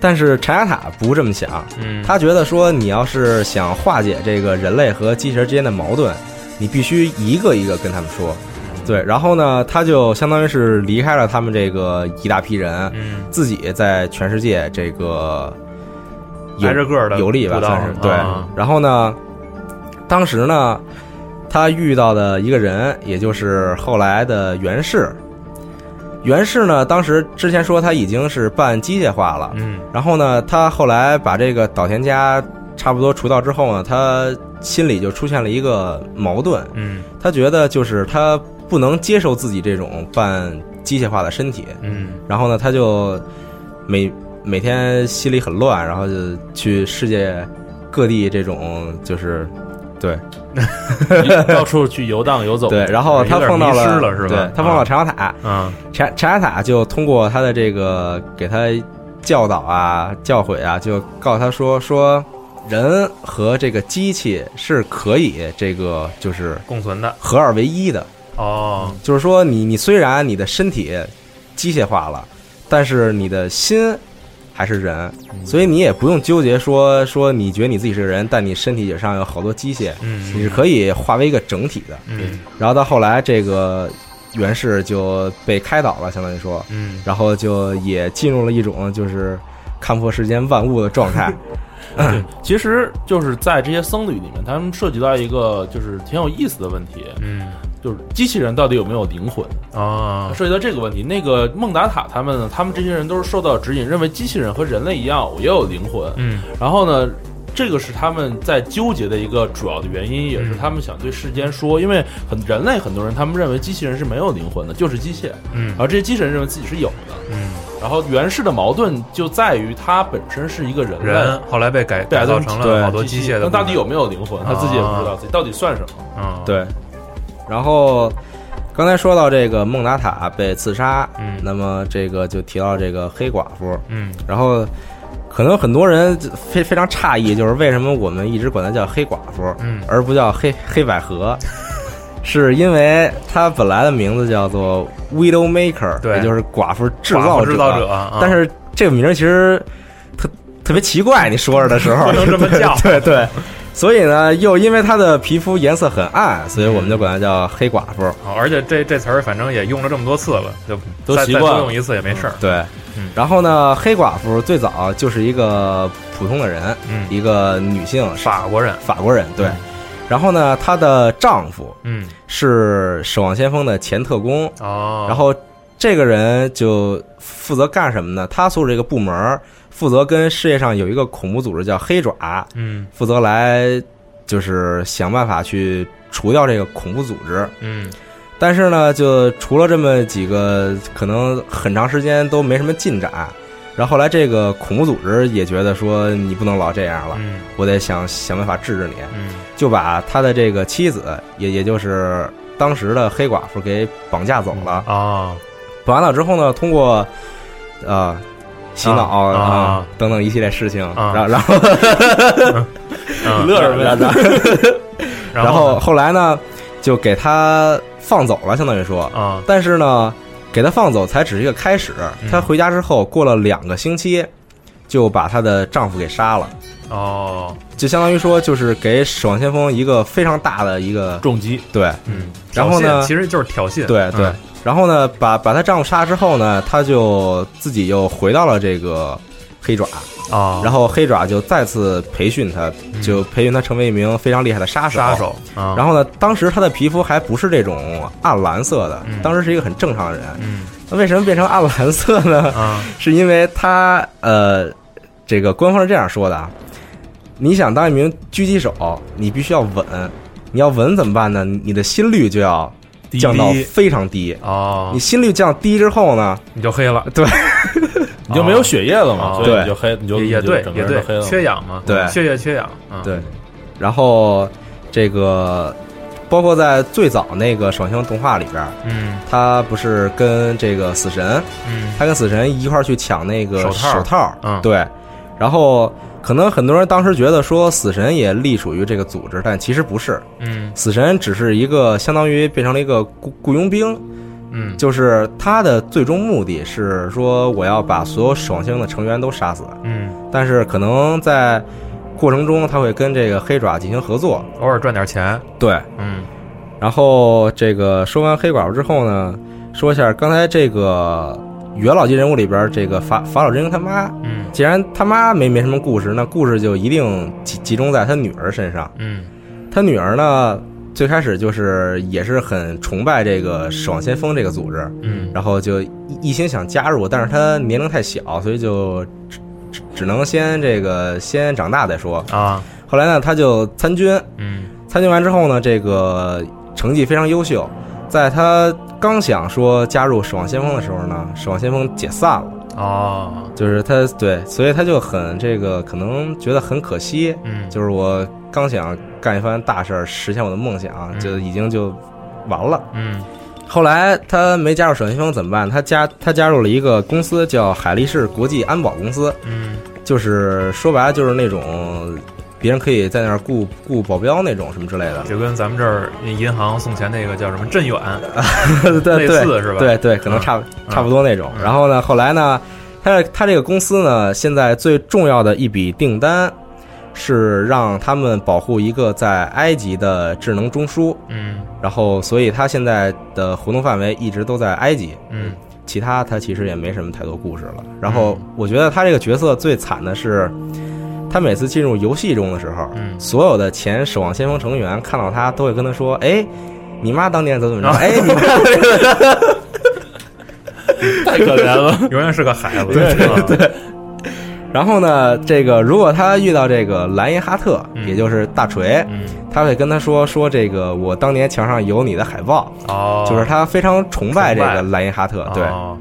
但是查雅塔不这么想，嗯，他觉得说你要是想化解这个人类和机器人之间的矛盾，你必须一个一个跟他们说。对，然后呢，他就相当于是离开了他们这个一大批人，嗯自己在全世界这个有挨着个儿的游历吧，布道算是对啊。然后呢，当时呢，他遇到的一个人，也就是后来的袁氏。袁氏呢，当时之前说他已经是半机械化了，嗯然后呢，他后来把这个岛田家差不多除掉之后呢，他心里就出现了一个矛盾，嗯他觉得就是他不能接受自己这种半机械化的身体，嗯然后呢，他就每每天心里很乱，然后就去世界各地这种就是对 到处去游荡游走，对，然后有他点碰到迷失了了是吧对他碰到了长岛塔，啊查查雅塔就通过他的这个给他教导啊、教诲啊，就告诉他说说人和这个机器是可以这个就是共存的合二为一的，哦，就是说你你虽然你的身体机械化了，但是你的心还是人，嗯所以你也不用纠结说说你觉得你自己是个人，但你身体上有好多机械，嗯你是可以化为一个整体的。嗯然后到后来这个袁氏就被开导了，相当于说，嗯然后就也进入了一种就是看破世间万物的 状态。对，其实就是在这些僧侣里面，他们涉及到一个就是挺有意思的问题，嗯就是机器人到底有没有灵魂？啊哦，涉及到这个问题，那个孟达塔他们呢，他们这些人都是受到指引，认为机器人和人类一样也有灵魂。嗯然后呢，这个是他们在纠结的一个主要的原因，也是嗯他们想对世间说，因为很人类很多人他们认为机器人是没有灵魂的，就是机械，嗯而这些机器人认为自己是有的。嗯，然后原始的矛盾就在于它本身是一个人类，人后来被改改改造造成成对了好多机械的那部分，到底有没有灵魂，他自己也不知道啊自己到底算什么。嗯对，然后刚才说到这个孟达塔被刺杀，嗯那么这个就提到这个黑寡妇，嗯然后可能很多人就非非常诧异，就是为什么我们一直管她叫黑寡妇，嗯而不叫黑黑百合， 是因为她本来的名字叫做 Widow Maker，对也就是寡妇制寡造妇制造者啊但是这个名儿其实特特别奇怪，你说着的时候不能这么叫 对对对所以呢，又因为她的皮肤颜色很暗，所以我们就管她叫黑寡妇。啊而且这这词儿反正也用了这么多次了，就都再习再惯多了用一次也没事儿。对嗯，然后呢，黑寡妇最早就是一个普通的人，嗯一个女性，是法嗯国人，法国人，对。然后呢，她的丈夫嗯是《守望先锋》的前特工，哦，然后这个人就负责干什么呢？他所属这个部门儿负责跟世界上有一个恐怖组织叫黑爪，嗯负责来就是想办法去除掉这个恐怖组织。嗯但是呢，就除了这么几个，可能很长时间都没什么进展。然后后来这个恐怖组织也觉得说你不能老这样了，嗯我得想想办法治治你，嗯就把他的这个妻子，也也就是当时的黑寡妇给绑架走了。啊绑完了之后呢，通过呃洗脑啊啊等等一系列事情，啊然后然 后 嗯，乐什 么呀？然然后后后来呢，就给他放走了，相当于说，呢啊但是呢，给他放走才只是一个开始嗯。他回家之后，过了两个星期，就把她的丈夫给杀了，哦就相当于说，就是给《守望先锋》一个非常大的一个重击，对嗯，然后呢挑衅其实就是挑衅，对对嗯。然后呢，把把她丈夫杀了之后呢，她就自己又回到了这个黑爪。啊，然后黑爪就再次培训他，就培训他成为一名非常厉害的杀手。嗯杀。手啊，然后呢，当时他的皮肤还不是这种暗蓝色的嗯，当时是一个很正常的人。嗯那为什么变成暗蓝色呢？ 啊是因为他呃，这个官方是这样说的啊，你想当一名狙击手，你必须要稳，你要稳怎么办呢？你的心率就要低降到非常低。哦，你心率降低之后呢，你就黑了，你就没有血液了嘛，哦所以你对就黑，你就也也你就对整个也人都黑对，了嘛。缺氧嘛，对血液缺氧，嗯对，然后这个包括在最早那个《守望先锋》动画里边儿，嗯他不是跟这个死神，嗯他跟死神一块儿去抢那个手套儿手套儿，嗯对，然后。可能很多人当时觉得说死神也隶属于这个组织，但其实不是，嗯死神只是一个相当于变成了一个雇雇佣兵，嗯，就是他的最终目的是说我要把所有守望先锋的成员都杀死，嗯，但是可能在过程中他会跟这个黑爪进行合作，偶尔赚点钱，对，嗯然后这个说完黑寡妇之后呢，说一下刚才这个元老级人物里边这个法法老真英他妈，嗯既然他妈没没什么故事，那故事就一定集集中在他女儿身上。嗯他女儿呢，最开始就是也是很崇拜这个守望先锋这个组织，嗯然后就一一心想加入，但是他年龄太小，所以就只只只能先这个先长大再说。啊后来呢，他就参军，嗯参军完之后呢，这个成绩非常优秀。在他刚想说加入守望先锋的时候呢，守望先锋解散了，哦就是他对，所以他就很这个可能觉得很可惜，嗯就是我刚想干一番大事儿，实现我的梦想，嗯就已经就完了。嗯后来他没加入守望先锋怎么办？他加他加入了一个公司叫海力士国际安保公司，嗯就是说白了就是那种别人可以在那儿雇雇保镖那种什么之类的，就跟咱们这儿银行送钱那个叫什么 镇远，对对类对，似是吧？对对，可能差不、差不多那种。嗯然后呢，后来呢，他他这个公司呢，现在最重要的一笔订单是让他们保护一个在埃及的智能中枢，嗯然后所以他现在的活动范围一直都在埃及。嗯其他他其实也没什么太多故事了。然后我觉得他这个角色最惨的是，他每次进入游戏中的时候，嗯所有的前守望先锋成员看到他都会跟他说：“哎，你妈当年怎 么怎么着？哎，你妈太可怜了。嗯永远是个孩子，对对对，然后呢，这个如果他遇到这个莱因哈特，嗯也就是大锤，嗯，他会跟他说说这个我当年墙上有你的海报，哦，就是他非常崇拜这崇拜个莱因哈特，对，哦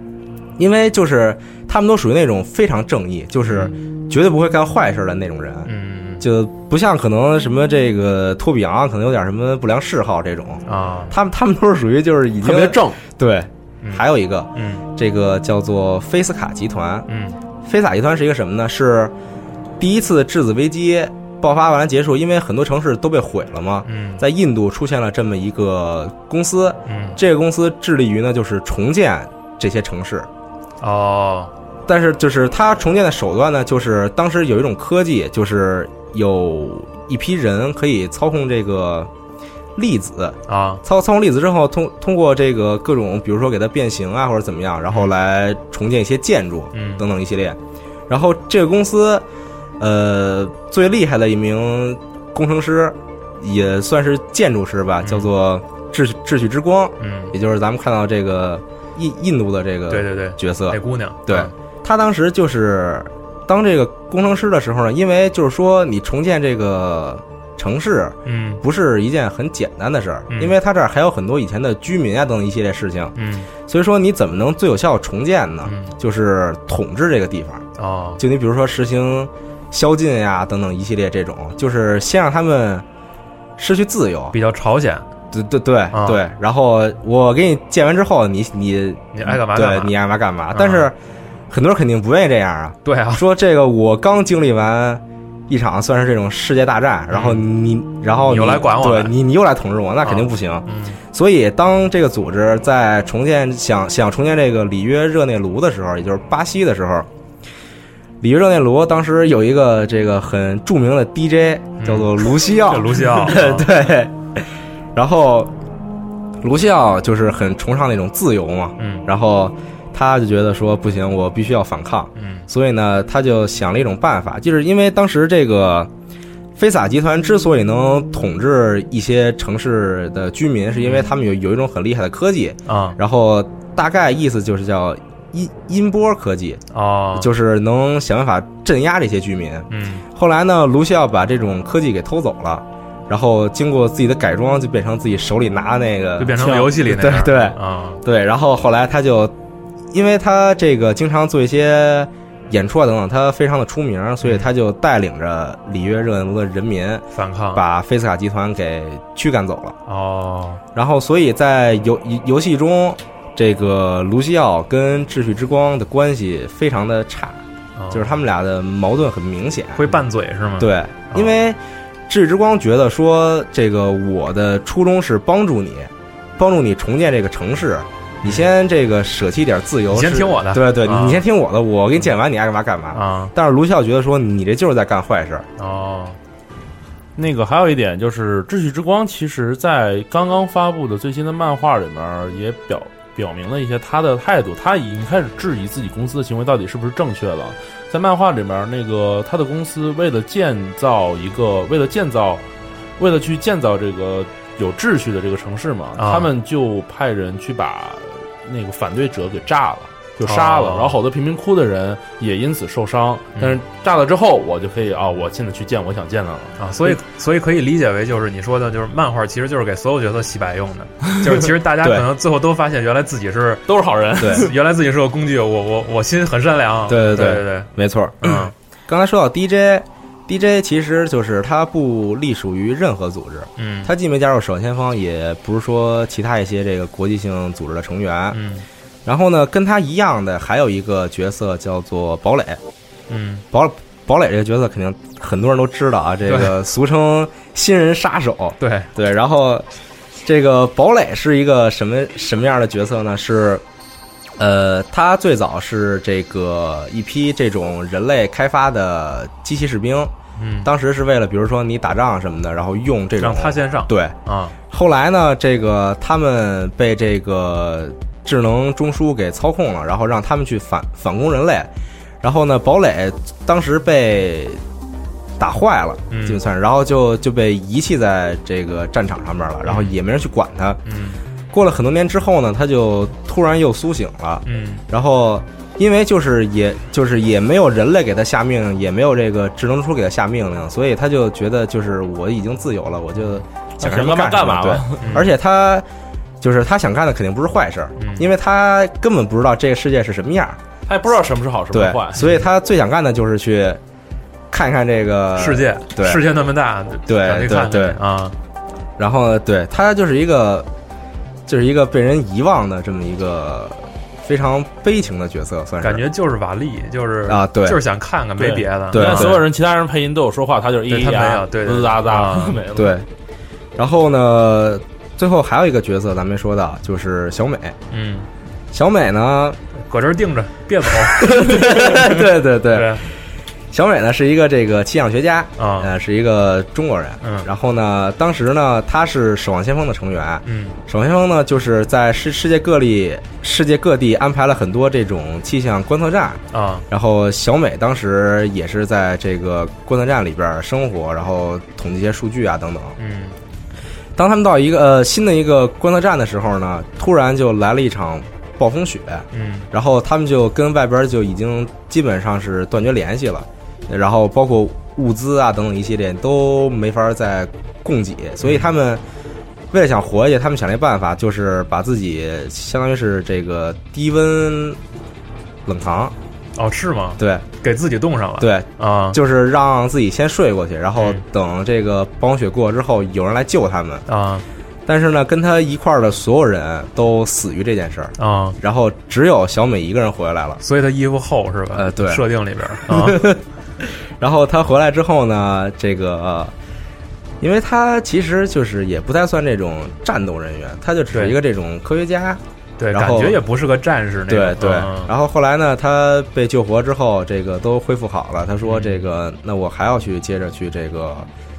因为就是他们都属于那种非常正义，就是绝对不会干坏事的那种人，嗯就不像可能什么这个托比昂可能有点什么不良嗜好这种，啊，他们他们都是属于就是已经特别正，对嗯。还有一个嗯这个叫做菲斯卡集团，嗯菲斯卡集团是一个什么呢？是第一次质子危机爆发完了结束，因为很多城市都被毁了嘛，嗯在印度出现了这么一个公司，嗯，这个公司致力于呢就是重建这些城市，哦，但是就是它重建的手段呢，就是当时有一种科技，就是有一批人可以操控这个粒子，啊，操操控粒子之后，通通过这个各种，比如说给它变形啊，或者怎么样，然后来重建一些建筑嗯等等一系列。然后这个公司，呃，最厉害的一名工程师，也算是建筑师吧，嗯叫做秩序秩序之光，嗯，也就是咱们看到这个印印度的对这哎个对对，角色，那姑娘，对他当时就是当这个工程师的时候呢，因为就是说你重建这个城市嗯不是一件很简单的事儿，嗯因为他这儿还有很多以前的居民啊等等一系列事情，嗯所以说你怎么能最有效重建呢？嗯，就是统治这个地方，哦，就你比如说实行宵禁呀、等等一系列这种，就是先让他们失去自由，比较朝鲜，对对对、啊对，然后我给你建完之后，你你你爱干嘛干对嘛，你爱干嘛干嘛，嗯但是很多人肯定不愿意这样啊。对啊，说这个我刚经历完一场算是这种世界大战，然后你，然后嗯你又来管我对了你，你又来统治我，那肯定不行。嗯所以当这个组织在重建想想重建这个里约热内卢的时候，也就是巴西的时候，里约热内卢当时有一个这个很著名的 DJ 叫做卢西奥，这嗯卢西奥， 啊对，然后卢西奥就是很崇尚那种自由嘛，嗯然后他就觉得说不行，我必须要反抗。嗯所以呢，他就想了一种办法，就是因为当时这个菲萨集团之所以能统治一些城市的居民，是因为他们有有一种很厉害的科技，啊然后大概意思就是叫音音波科技，哦，就是能想办法镇压这些居民。嗯后来呢，卢西奥把这种科技给偷走了，然后经过自己的改装，就变成自己手里拿的那个，就变成游戏里那呃对样对啊对，然后后来他就，因为他这个经常做一些演出啊等等，他非常的出名，所以他就带领着里约热内卢的人民，反抗把菲斯卡集团给驱赶走了。哦然后，所以在游游游戏中，这个卢西奥跟秩序之光的关系非常的差，哦就是他们俩的矛盾很明显。会拌嘴是吗？对，因为秩序之光觉得说，这个我的初衷是帮助你，帮助你重建这个城市。你先这个舍弃一点自由，嗯你先是听我的对对，啊嗯你先听我的，我给你建完，你爱干嘛干嘛。啊但是卢笑觉得说，你这就是在干 坏事。哦那个还有一点就是，《秩序之光》其实在刚刚发布的最新的漫画里面也表表明了一些他的态度，他已经开始质疑自己公司的行为到底是不是正确了。在漫画里面，那个他的公司为了建造一个，为了建造，为了去建造这个有秩序的这个城市嘛，啊他们就派人去把那个反对者给炸了。就杀了，哦然后好多贫民窟的人也因此受伤。但是炸了之后，我就可以啊，我现在去建我想建的了。啊，所以所以可以理解为就是你说的，就是漫画其实就是给所有角色洗白用 的，就是其实大家可对能最后都发现原来自己是都是好人。对，原来自己是个工具，我我我心很善良，对对对对对，没错。嗯刚才说到 DJ。DJ 其实就是他不隶属于任何组织，嗯他既没加入守先锋，也不是说其他一些这个国际性组织的成员。嗯然后呢，跟他一样的还有一个角色叫做堡垒，嗯堡堡垒这个角色肯定很多人都知道啊，这个俗称新人杀手。对，对，然后这个堡垒是一个什么什么样的角色呢？是呃，他最早是这个一批这种人类开发的机器士兵，嗯，当时是为了比如说你打仗什么的，然后用这种让他先上对。啊，后来呢，这个他们被这个智能中枢给操控了，然后让他们去反反攻人类。然后呢，堡垒当时被打坏了，嗯基本算是，然后就就被遗弃在这个战场上面了，然后也没人去管他。嗯过了很多年之后呢，他就突然又苏醒了，嗯然后因为就是也就是也没有人类给他下命令，也没有这个智能书给他下命令，所以他就觉得就是我已经自由了，我啊就想干什么干什么。嘛对吧，嗯而且他就是他想干的肯定不是坏事儿嗯，因为他根本不知道这个世界是什么样儿，他也不知道什么是好，什么对是坏，。所以他最想干的就是去看一看这个世界，呃对世界那么大，对想去看看对对啊，然后呢，对他就是一个，就是一个被人遗忘的这么一个非常悲情的角色，算是感觉就是瓦力，就是啊对就是想看看，没对别的，对你看所有人，其他人配音都有说话，他就是对咿他咿没有呀，对对滋啦啊哒，没了。对。然后呢，最后还有一个角色咱没说到，就是小美。嗯，小 美呢，搁这儿定着，别走，对对对，对，小美呢是一个这个气象学家，啊呃，是一个中国人。嗯然后呢，当时呢，她是守望先锋的成员，嗯守望先锋呢，就是在世世界各地世界各地安排了很多这种气象观测站，啊，然后小美当时也是在这个观测站里边儿生活，然后统计一些数据啊等等。嗯当他们到一个呃新的一个观测站的时候呢，突然就来了一场暴风雪，嗯然后他们就跟外边就已经基本上是断绝联系了，然后包括物资啊等等一系列都没法再供给，所以嗯他们为了想活下去，他们想了一办法，就是把自己相当于是这个低温冷藏，哦，是吗？对给自己冻上了，对，啊就是让自己先睡过去，然后嗯等这个暴风雪过之后，有人来救他们。啊但是呢，跟他一块儿的所有人都死于这件事儿，啊，然后只有小美一个人回来了。所以他衣服厚是吧？呃对设定里边 啊，然后他回来之后呢，这个，呃因为他其实就是也不太算这种战斗人员，他就只是对一个这种科学家。对，然感后觉也不是个战士那对种，对嗯。然后后来呢，他被救活之后，这个都恢复好了。他说：“嗯这个，那我还要去接着去这个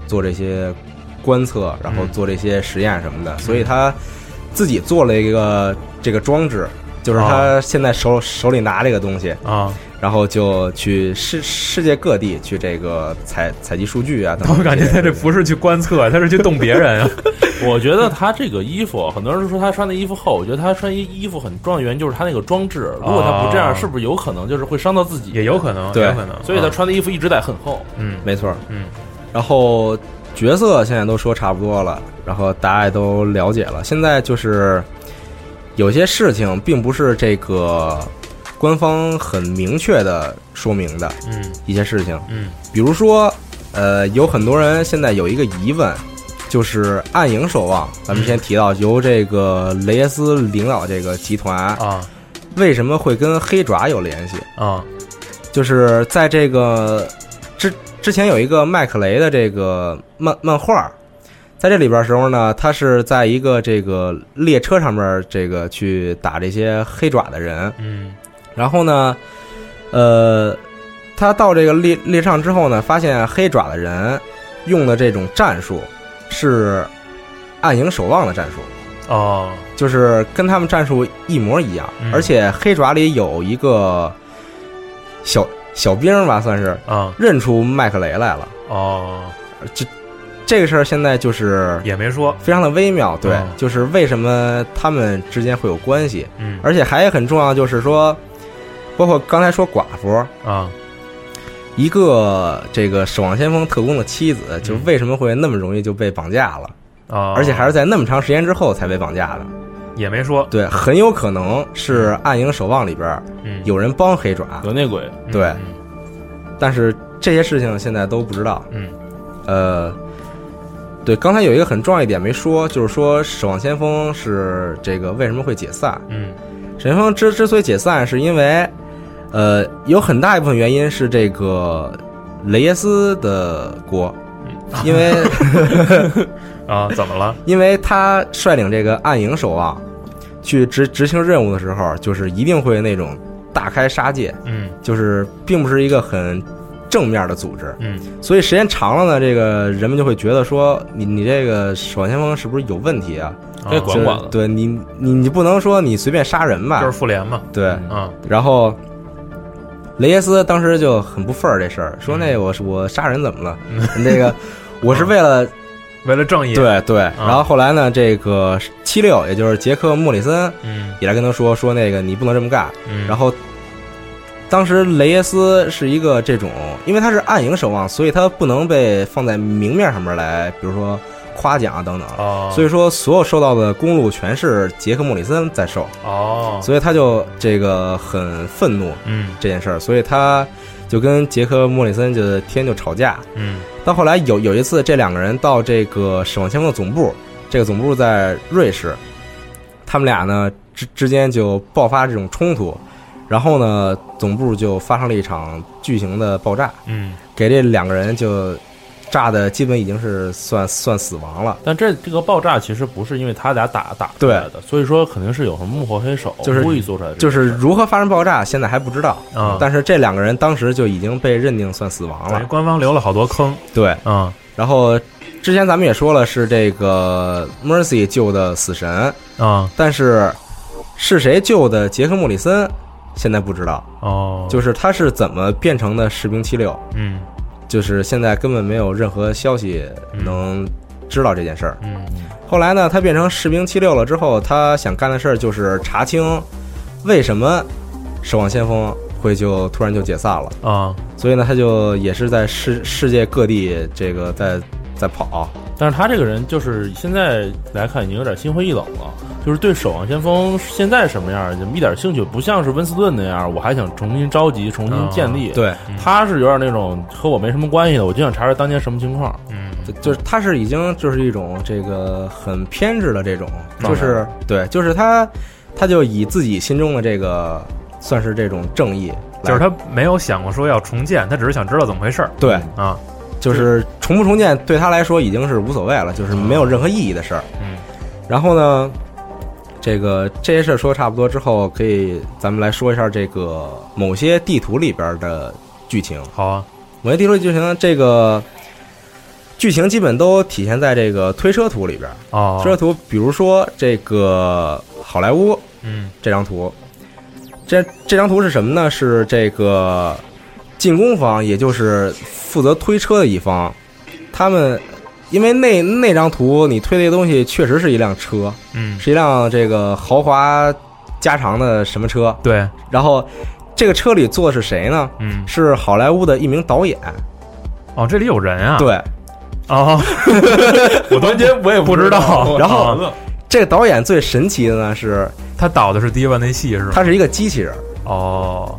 做这些观测，然后嗯做这些实验什么的。”所以他自己做了一个这个装置，就是哦他现在手手里拿这个东西，啊， 然后就去世世界各地去这个采采集数据啊等 等。我感觉他这不是去观测，他是去动别人啊。我觉得他这个衣服，很多人说他穿的衣服厚，我觉得他穿衣衣服很重要的原因就是他那个装置，如果他不这哦样，是不是有可能就是会伤到自己？也有可能，对也有可能。所以他啊，穿的衣服一直在很厚。嗯没错，嗯，然后角色现在都说差不多了，然后大家也都了解了。现在就是有些事情并不是这个官方很明确的说明的嗯一些事情，嗯比如说，呃，有很多人现在有一个疑问。就是暗影守望，咱们之前提到由这个雷耶斯领导这个集团，啊为什么会跟黑爪有联系？啊就是在这个之之前有一个麦克雷的这个漫漫画，在这里边的时候呢，他是在一个这个列车上面这个去打这些黑爪的人，嗯然后呢，呃，他到这个列列车上之后呢，发现黑爪的人用的这种战术是暗影守望的战术。哦就是跟他们战术一模一样，嗯而且黑爪里有一个小小兵吧，算是啊认出麦克雷来了。哦，这个事儿现在就是也没说，非常的微妙，对哦，就是为什么他们之间会有关系，嗯而且还很重要，就是说，包括刚才说寡妇，啊一个这个守望先锋特工的妻子，就为什么会那么容易就被绑架了，啊，而且还是在那么长时间之后才被绑架的，也没说，对，很有可能是《暗影守望》里边嗯，有人帮黑爪，有内鬼，嗯对嗯但是这些事情现在都不知道。嗯，呃，对，刚才有一个很重要一点没说，就是说《守望先锋》是这个为什么会解散？嗯《守望先锋之》之所以解散，是因为呃有很大一部分原因是这个雷耶斯的锅，因为啊，怎么了？因为他率领这个暗影守望去执执行任务的时候，就是一定会那种大开杀戒， 嗯就是并不是一个很正面的组织。嗯所以时间长了呢，这个人们就会觉得说，你你这个守望先锋是不是有问题啊？啊该管管就是了对你你你不能说你随便杀人吧？就是复联嘛，对。啊然后雷耶斯当时就很不忿儿这事儿，说那我是我杀人怎么了？那个我是为了为了正义，，对对。然后后来呢，这个七六也就是杰克莫里森嗯也来跟他说说那个你不能这么干。嗯，然后后当时雷耶斯是一个这种，因为他是暗影守望，所以他不能被放在明面上面来，比如说夸奖啊等等。哦，所以以说，所有受到的公路全是杰克·莫里森在受，哦，所以他就这个很愤怒嗯这件事儿，所以他就跟杰克·莫里森就天天就吵架。嗯到后来有有一次，这两个人到这个守望先锋的总部，这个总部在瑞士，他们俩呢之之间就爆发这种冲突，然后呢，总部就发生了一场巨型的爆炸，嗯，给这两个人就炸的基本已经是算算死亡了。但这这个爆炸其实不是因为他俩打打出对来的，所以说肯定是有什么幕后黑手就是故意做出来的这就个事儿，是如何发生爆炸，现在还不知道。啊哎但是这两个人当时就已经被认定算死亡等于了。官方留了好多坑，对，嗯然后之前咱们也说了，是这个 Mercy 救的死神，嗯但是是谁救的杰克·莫里森，现在不知道。哦，就是他是怎么变成的士兵七六，嗯就是现在根本没有任何消息能知道这件事儿。嗯后来呢，他变成士兵七六了之后，他想干的事儿就是查清为什么守望先锋会就突然就解散了。啊所以呢，他就也是在世世界各地这个在在跑。但是他这个人就是现在来看已经有点心灰意冷了，就是对《守望先锋》现在什么样儿就一点兴趣，不像是温斯顿那样，我还想重新召集、重新建立。，啊对，他是有点那种和我没什么关系的，我就想查查当年什么情况。嗯就就是他是已经就是一种这个很偏执的这种，态就是对，就是他他就以自己心中的这个算是这种正义来，就是他没有想过说要重建，他只是想知道怎么回事儿对，啊。就是重不重建对他来说已经是无所谓了，就是没有任何意义的事儿。嗯然后呢，这个这些事儿说差不多之后，可以咱们来说一下这个某些地图里边的剧情。好啊，某些地图剧情这个剧情基本都体现在这个推车图里边。哦，推车图，比如说这个好莱坞嗯这张图，这这张图是什么呢？是这个进攻方，也就是负责推车的一方，他们。因为那那张图你推那东西确实是一辆车，嗯，是一辆这个豪华加长的什么车。对，然后这个车里坐的是谁呢？嗯是好莱坞的一名导演。哦，这里有人啊，对，哦， 我都完全我也不知道。然后啊这个导演最神奇的呢是，他导的是迪万那戏是吗？他是一个机器人，哦，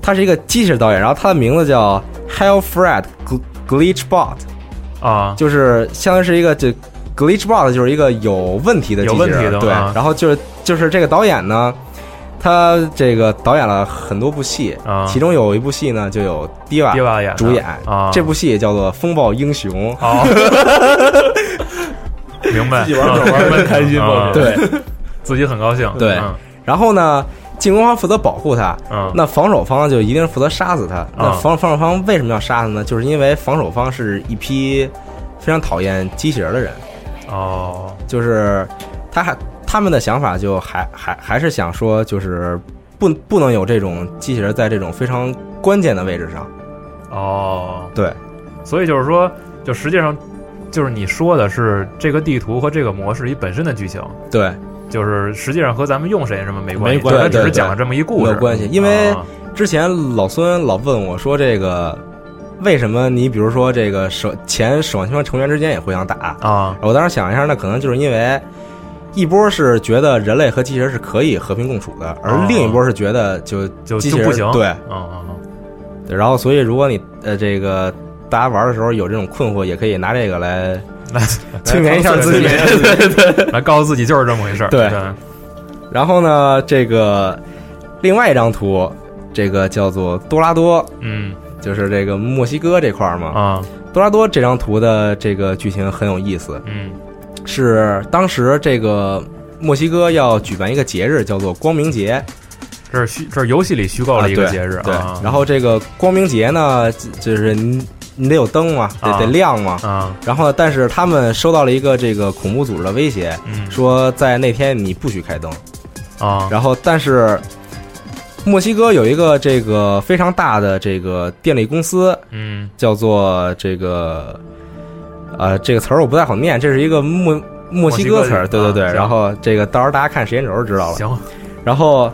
他是一个机器人导演，然后他的名字叫 Hell Fred Gl- Glitchbot，啊，就是相当于是一个就 Glitchbot 就是一个有问题的机器有问题人，的对。啊然后就是就是这个导演呢，他这个导演了很多部戏，啊其中有一部戏呢就有 Diva 迪万演的主演啊，这部戏叫做《风暴英雄》， 哦，明白，自己玩儿玩儿玩儿开心啊吧对。自己很高兴，对嗯 然后呢，进攻方负责保护他，嗯，那防守方就一定是负责杀死他。那防防守方为什么要杀他呢？就是因为防守方是一批非常讨厌机器人的人，哦，就是他还他们的想法就还还还是想说，就是不不能有这种机器人在这种非常关键的位置上。哦，对所以就是说，就实际上就是你说的是这个地图和这个模式里本身的剧情，对，就是实际上和咱们用谁什么没关系，没关系它只对是对讲了这么一故没事，有关系，因为啊之前老孙老问我说这个。为什么你比如说这个守前守望先锋成员之间也互相打，啊，我当时想一下，那可能就是因为一波是觉得人类和机器人是可以和平共处的，而另一波是觉得哦就就机就器人不行，对，嗯， 嗯对然后所以如果你呃这个大家玩的时候有这种困惑，也可以拿这个来嗯，来催眠一下自己。来告诉自己 就是这么回事儿，对然后呢，这个另外一张图，这个叫做多拉多，嗯就是这个墨西哥这块儿嘛。啊，多拉多这张图的这个剧情很有意思，嗯是当时这个墨西哥要举办一个节日，叫做光明节。这是虚，这是游戏里虚构了一个节日对，啊，然后这个光明节呢，就就是你你得有灯嘛，得、啊得亮嘛。啊，然后呢，但是他们收到了一个这个恐怖组织的威胁，嗯说在那天你不许开灯。啊，然后，但是墨西哥有一个这个非常大的这个电力公司，嗯叫做这个呃这个词儿我不太好念，这是一个墨墨西哥墨西词儿，哥人对对对。啊行然后这个到时候大家看时间轴就知道了。行，然后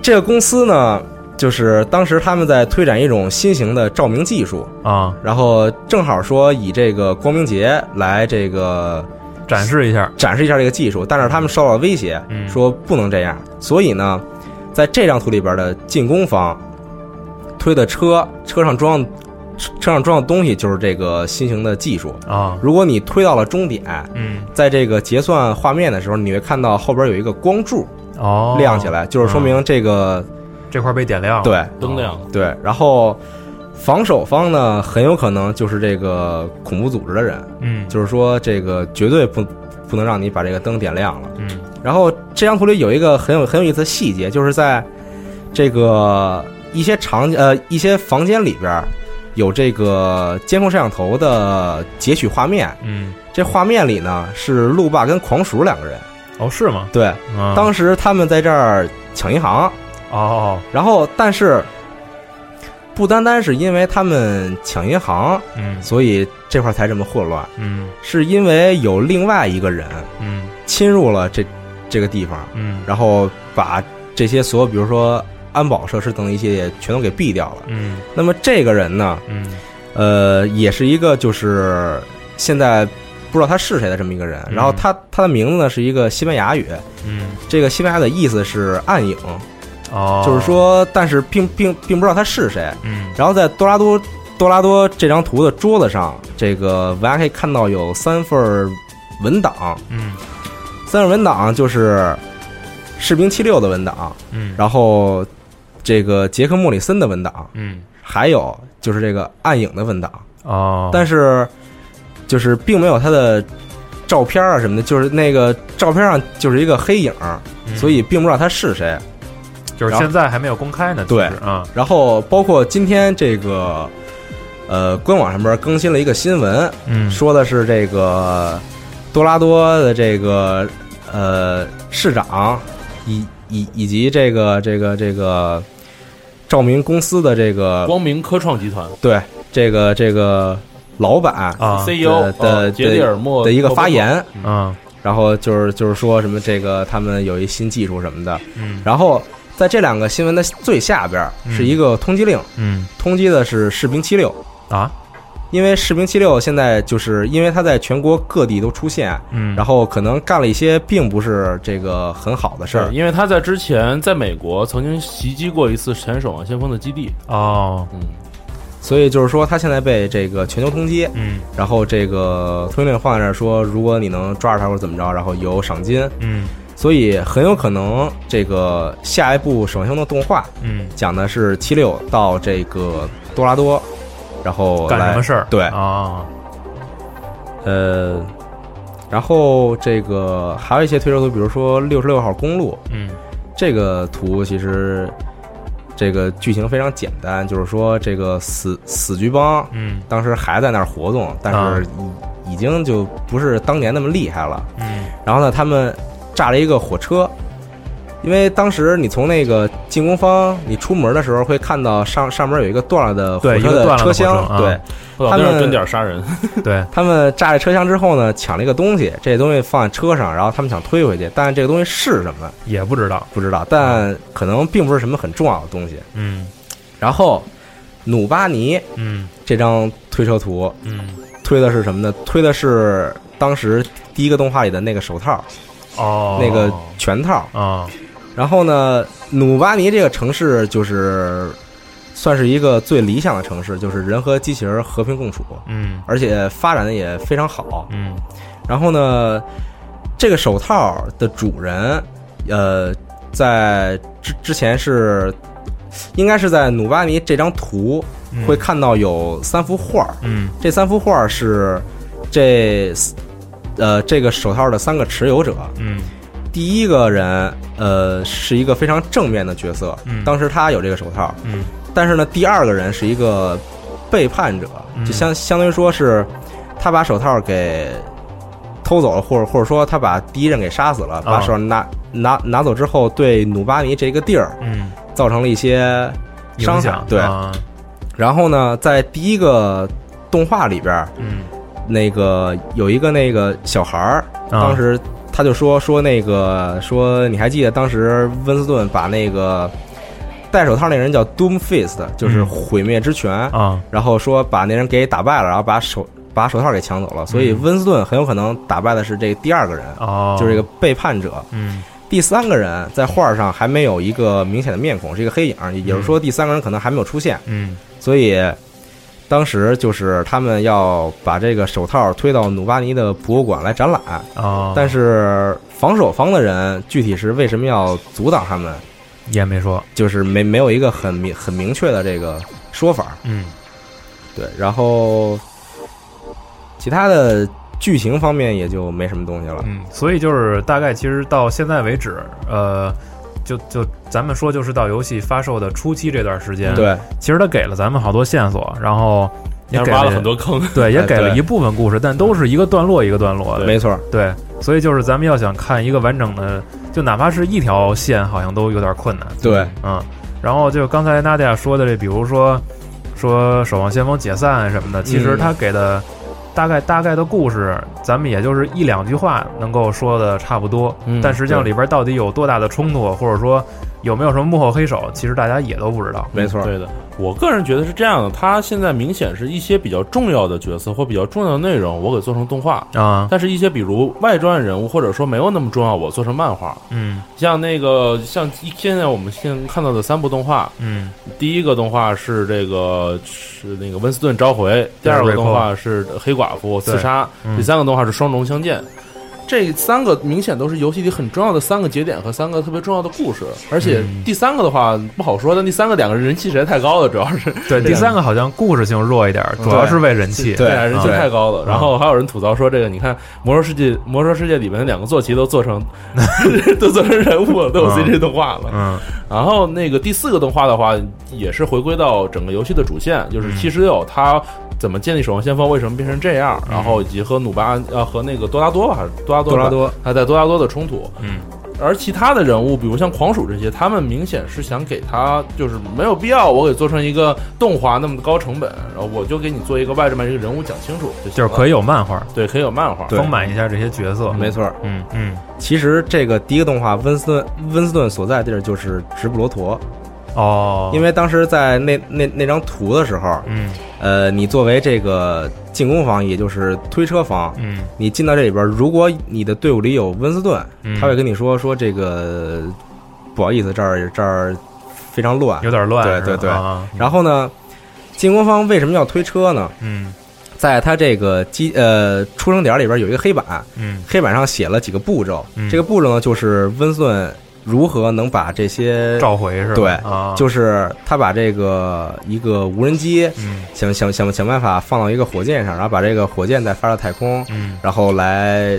这个公司呢，就是当时他们在推展一种新型的照明技术，啊，然后正好说以这个光明节来这个展示一下，展示一下这个技术，但是他们受到了威胁，嗯说不能这样。所以呢，在这张图里边的进攻方推的车，车上装车车上装的东西就是这个新型的技术。啊，如果你推到了终点，嗯，在这个结算画面的时候，你会看到后边有一个光柱哦，亮起来，就是说明这个、这块被点亮了，对灯亮，对。然后防守方呢，很有可能就是这个恐怖组织的人，嗯，就是说这个绝对不不能让你把这个灯点亮了。嗯然后这张图里有一个很有很有意思的细节，就是在这个一些场景呃一些房间里边儿有这个监控摄像头的截取画面，嗯，这画面里呢是路霸跟狂鼠两个人，哦，是吗？对，嗯，当时他们在这儿抢银行，哦，然后但是不单单是因为他们抢银行，嗯所以这块儿才这么混乱，嗯是因为有另外一个人嗯侵入了这这个地方。嗯然后把这些所有，比如说安保设施等一系列全都给毙掉了。嗯那么这个人呢，嗯呃，也是一个就是现在不知道他是谁的这么一个人。嗯然后他他的名字呢是一个西班牙语，嗯，这个西班牙的意思是暗影，哦，就是，说，但是并并并不知道他是谁。嗯然后在多拉多多拉多这张图的桌子上，这个大家可以看到有三份儿文档，嗯三份儿文档就是士兵七六的文档，嗯，然后这个杰克·莫里森的文档，嗯还有就是这个暗影的文档，哦，但是就是并没有他的照片啊什么的，就是那个照片上就是一个黑影，嗯所以并不知道他是谁。就是然后现在还没有公开呢，对其实啊，然后包括今天这个呃官网上边更新了一个新闻，嗯说的是这个多拉多的这个呃市长以以以及这个这个这个照明公司的这个光明科创集团对这个这个老板啊 CEO 的的呃杰里尔莫哦的一个发，言，啊然后就是就是说什么这个他们有一新技术什么的，嗯然后在这两个新闻的最下边儿嗯是一个通缉令，嗯通缉的是士兵七六。啊因为士兵七六现在就是因为他在全国各地都出现，嗯，然后可能干了一些并不是这个很好的事是儿，因为他在之前在美国曾经袭击过一次前守望先锋的基地，哦嗯，所以就是说他现在被这个全球通缉，嗯然后这个通缉令放在这儿说，如果你能抓着他或者怎么着，然后有赏金，嗯所以很有可能这个下一部《守望先锋》的动画嗯，讲的是七六到这个多拉多，然后干什来么事儿？对啊，呃，然后这个还有一些推车图，比如说六十六号公路嗯这个图，其实这个剧情非常简单，就是说这个死死局帮嗯当时还在那儿活动，但啊是已已经就不是当年那么厉害了。嗯然后呢，他们炸了一个火车，因为当时你从那个进攻方你出门的时候会看到上上面有一个断了的火对车一个断了的车火车厢，啊对老他在那们儿蹲点儿杀人，对，他们炸了车厢之后呢，抢了一个东西，这东西放在车上，然后他们想推回去，但是这个东西是什么 也不知道，不知道，但可能并不是什么很重要的东西。嗯然后努巴尼嗯这张推车图嗯，推的是什么呢？推的是当时第一个动画里的那个手套，哦，那个拳套。啊，然后呢，努巴尼这个城市就是算是一个最理想的城市，就是人和机器人和平共处，嗯而且发展的也非常好。嗯然后呢，这个手套的主人，呃，在之之前是，应该是在努巴尼这张图嗯会看到有三幅画儿，嗯这三幅画儿是这，呃，这个手套的三个持有者。嗯第一个人，呃，是一个非常正面的角色，嗯当时他有这个手套，嗯但是呢，第二个人是一个背叛者，嗯就相相当于说是他把手套给偷走了，或者或者说他把第一任给杀死哦了，把手拿、拿拿走之后，对努巴尼这个地儿嗯，造成了一些伤影害响。对，啊然后呢，在第一个动画里边，嗯那个有一个那个小孩儿，啊当时他就说说那个说，你还记得当时温斯顿把那个戴手套那人叫 Doom Fist，就是嗯毁灭之拳。啊，然后说把那人给打败了，然后把手把手套给抢嗯走了，所以温斯顿很有可能打败的是这第二个人，哦，就是这个背叛者。嗯第三个人在画上还没有一个明显的面孔，是一个黑影，也就是说第三个人可能还没有出现，嗯所以。当时就是他们要把这个手套推到努巴尼的博物馆来展览，啊，但是防守方的人具体是为什么要阻挡他们，也没说，就是没没有一个很明很明确的这个说法。嗯对，然后其他的剧情方面也就没什么东西了。嗯，所以就是大概其实到现在为止，呃，就就咱们说就是到游戏发售的初期这段时间，，对，其实它给了咱们好多线索，然后 也但给是挖了很，多坑，对，也哎给了对一部分故事，但都是一个段落一个段落的，没错，对，所以就是咱们要想看一个完整的，就哪怕是一条线，好像都有点困难。对，嗯，然后就刚才娜迪亚说的这，比如说说《守望先锋》解散什么的，其实嗯他给的大概大概的故事，咱们也就是一两句话能够说的差不多，嗯但实际上对里边到底有多大的冲突，或者说有没有什么幕后黑手，其实大家也都不知道。没错，对的，我个人觉得是这样的。他现在明显是一些比较重要的角色或比较重要的内容，我给做成动画；啊，但是一些比如外传人物或者说没有那么重要，我做成漫画。嗯像那个像现在我们现在看到的三部动画，嗯第一个动画是这个是那个温斯顿召回，第二个动画是黑寡妇刺杀，嗯第三个动画是双龙相见。这三个明显都是游戏里很重要的三个节点和三个特别重要的故事，而且第三个的话不好说，但第三个两个人气实在太高了，主要是对，第三个好像故事性弱一点，主要是为人气。嗯对 俩人气对太高了。然后还有人吐槽说，这个你看《魔兽世界》《魔兽世界》里面的两个坐骑都做成都做成人物了，都有嗯 CG 动画了。嗯然后那个第四个动画的话，也是回归到整个游戏的主线，就是七十六它怎么建立守望先锋，为什么变成这样，然后以及和努巴呃和那个多拉多吧，还是多拉多多拉多他在多拉多的冲突。嗯而其他的人物，比如像狂鼠这些，他们明显是想给他就是没有必要，我给做成一个动画那么高成本，然后我就给你做一个外置把这个人物讲清楚就就行是了可以有漫画，对，可以有漫画。对丰满一下这些角色。没错。嗯嗯，其实这个第一个动画温斯顿温斯顿所在的地儿就是直布罗陀，哦，因为为当时在那那那张图的时候，嗯呃，你作为这个进攻方，也就是推车方，嗯你进到这里边，如果你的队伍里有温斯顿，嗯他会跟你说说这个不好意思，这儿这儿非常乱，有点乱，对是吧对对啊然后呢，进攻方为什么要推车呢？嗯在他这个机呃出生点里边有一个黑板，嗯黑板上写了几个步骤。嗯这个步骤呢，就是温斯顿如何能把这些，召回是吧？对啊，就是他把这个一个无人机嗯想想想想办法放到一个火箭上，然后把这个火箭再发到太空，嗯然后来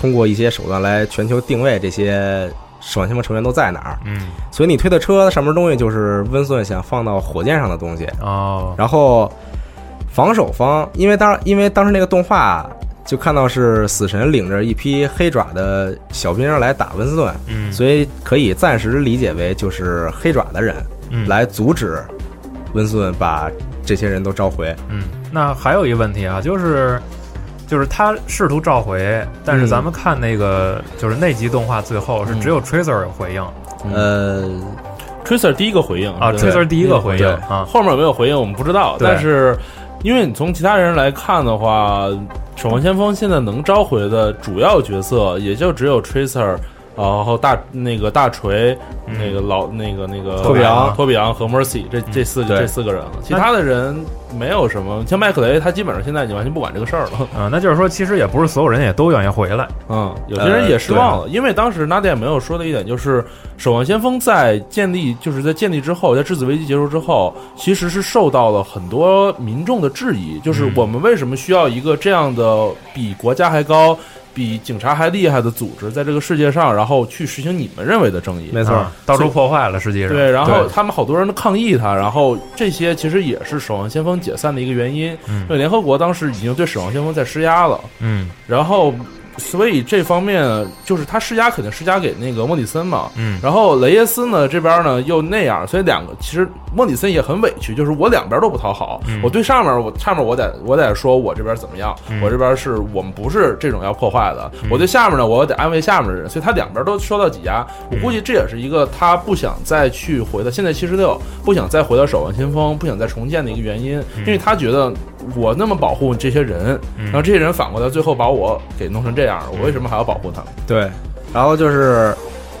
通过一些手段来全球定位这些守望先锋成员都在哪儿。嗯所以你推的车上面东西就是温斯顿想放到火箭上的东西。哦然后防守方，因为当因为当时那个动画就看到是死神领着一批黑爪的小兵来打温斯顿，嗯，所以可以暂时理解为就是黑爪的人嗯来阻止温斯顿把这些人都召回。嗯，那还有一个问题啊，就是。就是他试图召回，但是嗯咱们看那个、就是那集动画最后是只有 Tracer 有回应、呃， Tracer 第一个回应啊对，Tracer 第一个回应对啊，后面有没有回应我们不知道，对但是因为你从其他人来看的话，守望先锋现在能召回的主要角色也就只有 Tracer。然后大那个大锤，嗯那个老那个那个托比昂托比昂和 Mercy 这这四个对这四个人了，其他的人没有什么。像麦克雷，他基本上现在已经完全不管这个事儿了。嗯、那就是说其实也不是所有人也都愿意回来，嗯，有些人也失望了，因为当时纳迪亚没有说的一点就是，《守望先锋》在建立，就是在建立之后，在质子危机结束之后，其实是受到了很多民众的质疑，就是嗯我们为什么需要一个这样的比国家还高、比警察还厉害的组织在这个世界上，然后去实行你们认为的正义？没错啊到处破坏了，实际上对，然后他们好多人都抗议他，然后这些其实也是《守望先锋》解散的一个原因，嗯因为联合国当时已经对《守望先锋》在施压了。嗯然后所以这方面就是他施加肯定施加给那个莫里森嘛，嗯然后雷耶斯呢这边呢又那样，所以两个其实莫里森也很委屈，就是我两边都不讨好，嗯我对上面我上面我得我得说我这边怎么样，我这边是我们不是这种要破坏的，嗯我对下面呢我得安慰下面的人，所以他两边都受到挤压，我嗯估计这也是一个他不想再去回到现在七十六，不想再回到守望先锋，不想再重建的一个原因，嗯因为他觉得我那么保护这些人，然后这些人反过来最后把我给弄成这样，我为什么还要保护他们？对，然后就是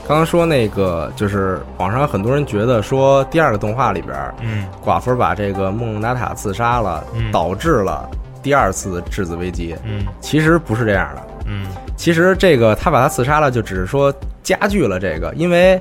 刚刚说那个，就是网上很多人觉得说第二个动画里边儿，嗯寡妇把这个孟达塔刺杀了，嗯导致了第二次质子危机。嗯其实不是这样的，嗯其实这个他把他刺杀了，就只是说加剧了这个，因为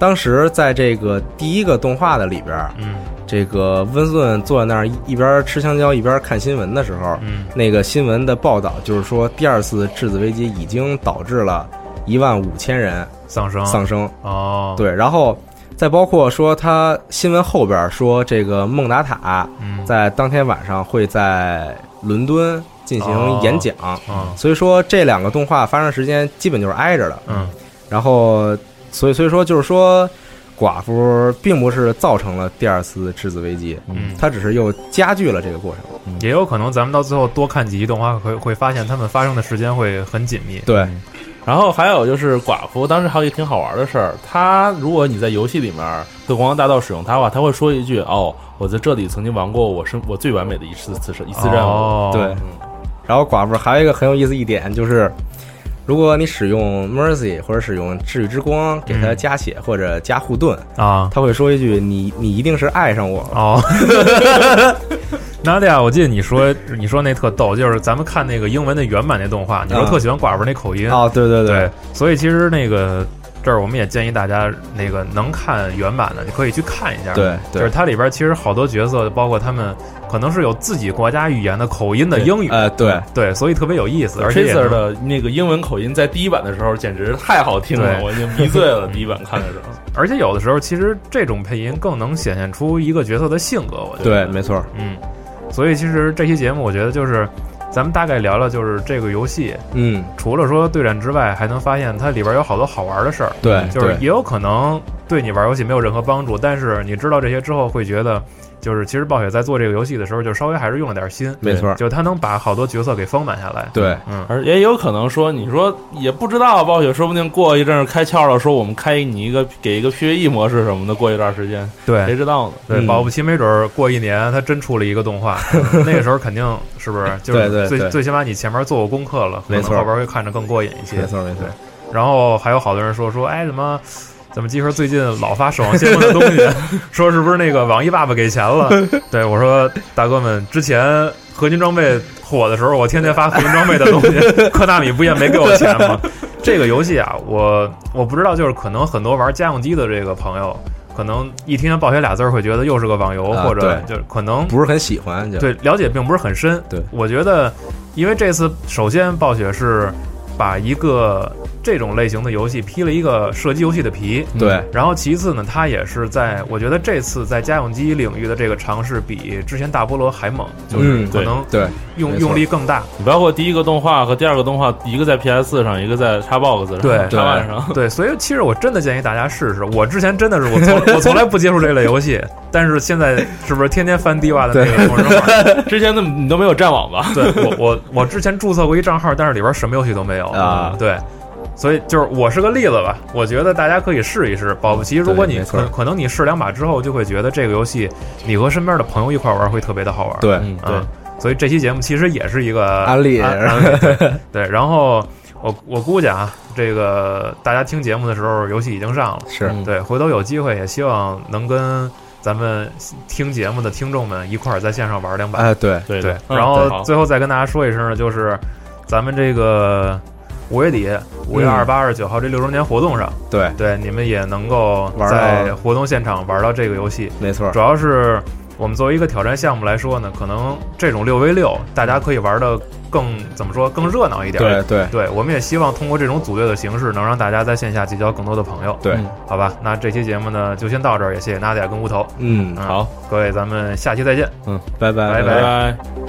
当时在这个第一个动画的里边儿，嗯这个温顿坐在那儿一一边吃香蕉一边看新闻的时候，嗯那个新闻的报道就是说，第二次质子危机已经导致了一万五千人丧生丧生。哦，对，然后再包括说他新闻后边说，这个孟达塔嗯在当天晚上会在伦敦进行演讲，啊所以说这两个动画发生时间基本就是挨着的。嗯然后，所以所以说就是说，寡妇并不是造成了第二次质子危机，嗯，它只是又加剧了这个过程。也有可能咱们到最后多看几集动画，会会发现他们发生的时间会很紧密。对，然后还有就是寡妇，当时还有一个挺好玩的事儿，她如果你在游戏里面对国王大道使用她的话，她会说一句：“哦，我在这里曾经玩过我生我最完美的一次次一次任务。哦，对，然后寡妇还有一个很有意思一点就是，如果你使用 Mercy 或者使用治愈之光给它嗯加血或者加护盾，啊他会说一句：“你你一定是爱上我了。哦。 娜迪亚，我记得你说你说那特逗，就是咱们看那个英文的原版那动画，你说啊特喜欢寡妇那口音，哦，对对对，所以其实那个这儿我们也建议大家，那个能看原版的，你可以去看一下。对就对是它里边其实好多角色，包括他们可能是有自己国家语言的口音的英语，呃，对，对，所以特别有意思，而且也能 Tracer 的那个英文口音在第一版的时候简直太好听了，对我已经迷醉 了。第一版看的时候，而且有的时候其实这种配音更能显现出一个角色的性格，我觉得。对，没错，嗯，所以其实这期节目我觉得就是。咱们大概聊聊，就是这个游戏，嗯，除了说对战之外，还能发现它里边有好多好玩的事儿。对，就是对也有可能对你玩游戏没有任何帮助，但是你知道这些之后，会觉得就是其实暴雪在做这个游戏的时候，就稍微还是用了点心，没错，就他能把好多角色给丰满下来。，对，嗯，而也有可能说，你说也不知道，暴雪说不定过一阵儿开窍了，说我们开你一个给一个 PVE 模式什么的，过一段时间谁对知道呢？对，嗯保不齐没准儿过一年他真出了一个动 画，那个时候肯定是不是就是对对最对最起码你前面做过功课了，可没能错后边会看着更过瘾一些没。错，没错，然后还有好多人说说，哎，怎么怎么集合最近老发守望先锋的东西，说是不是那个网易爸爸给钱 了？对我说，大哥们，之前合金装备火的时候，我天天发合金装备的东 西，科纳米不也没给我钱吗？这个游戏啊，我我不知道，就是可能很多玩家用机的这个朋友，可能一听“暴雪”俩字儿会觉得又是个网游，啊或者对就是可能不是很喜欢，就对，了解并不是很深。对我觉得，因为这次首先暴雪是把一个这种类型的游戏披了一个射击游戏的皮，对，然后其次呢，它也是在我觉得这次在家用机领域的这个尝试比之前大菠萝还猛，就是嗯可能对，用没错用力 更大。你包括第一个动画和第二个动画，一个在 PS 上，一个在 Xbox 上， 对 x o 上。对，所以其实我真的建议大家试试。我之前真的是我 从我从来不接触这类游戏，但是现在是不是天天翻低洼的那个同人网？之前那么你都没有战网吧？ 对我我我之前注册过一账号，但是里边什么游戏都没有嗯啊对，所以就是我是个例子吧。我觉得大家可以试一试，保不齐如果对你没错可可能你试两把之后，就会觉得这个游戏你和身边的朋友一块玩会特别的好玩。对，嗯，嗯，所以这期节目其实也是一个安利安安利 对对。然后我我估计啊，这个大家听节目的时候，游戏已经上了。是，嗯对，回头有机会也希望能跟咱们听节目的听众们一块儿在线上玩两把。哎，对，对对的，嗯然对后好最后再跟大家说一声呢，就是咱们这个五月底，五月嗯二十八、二十九号这六周年活动上，对，对你们也能够玩到在活动现场玩到这个游戏。没错主，要是我们作为一个挑战项目来说呢，可能这种六 v 六大家可以玩的更怎么说更热闹一点。对，对，对，我们也希望通过这种组队的形式，能让大家在线下结交更多的朋友。对，好吧，那这期节目呢就先到这儿，也谢谢娜姐跟乌头。嗯，嗯好，各位，咱们下期再见。嗯，拜拜，拜拜拜。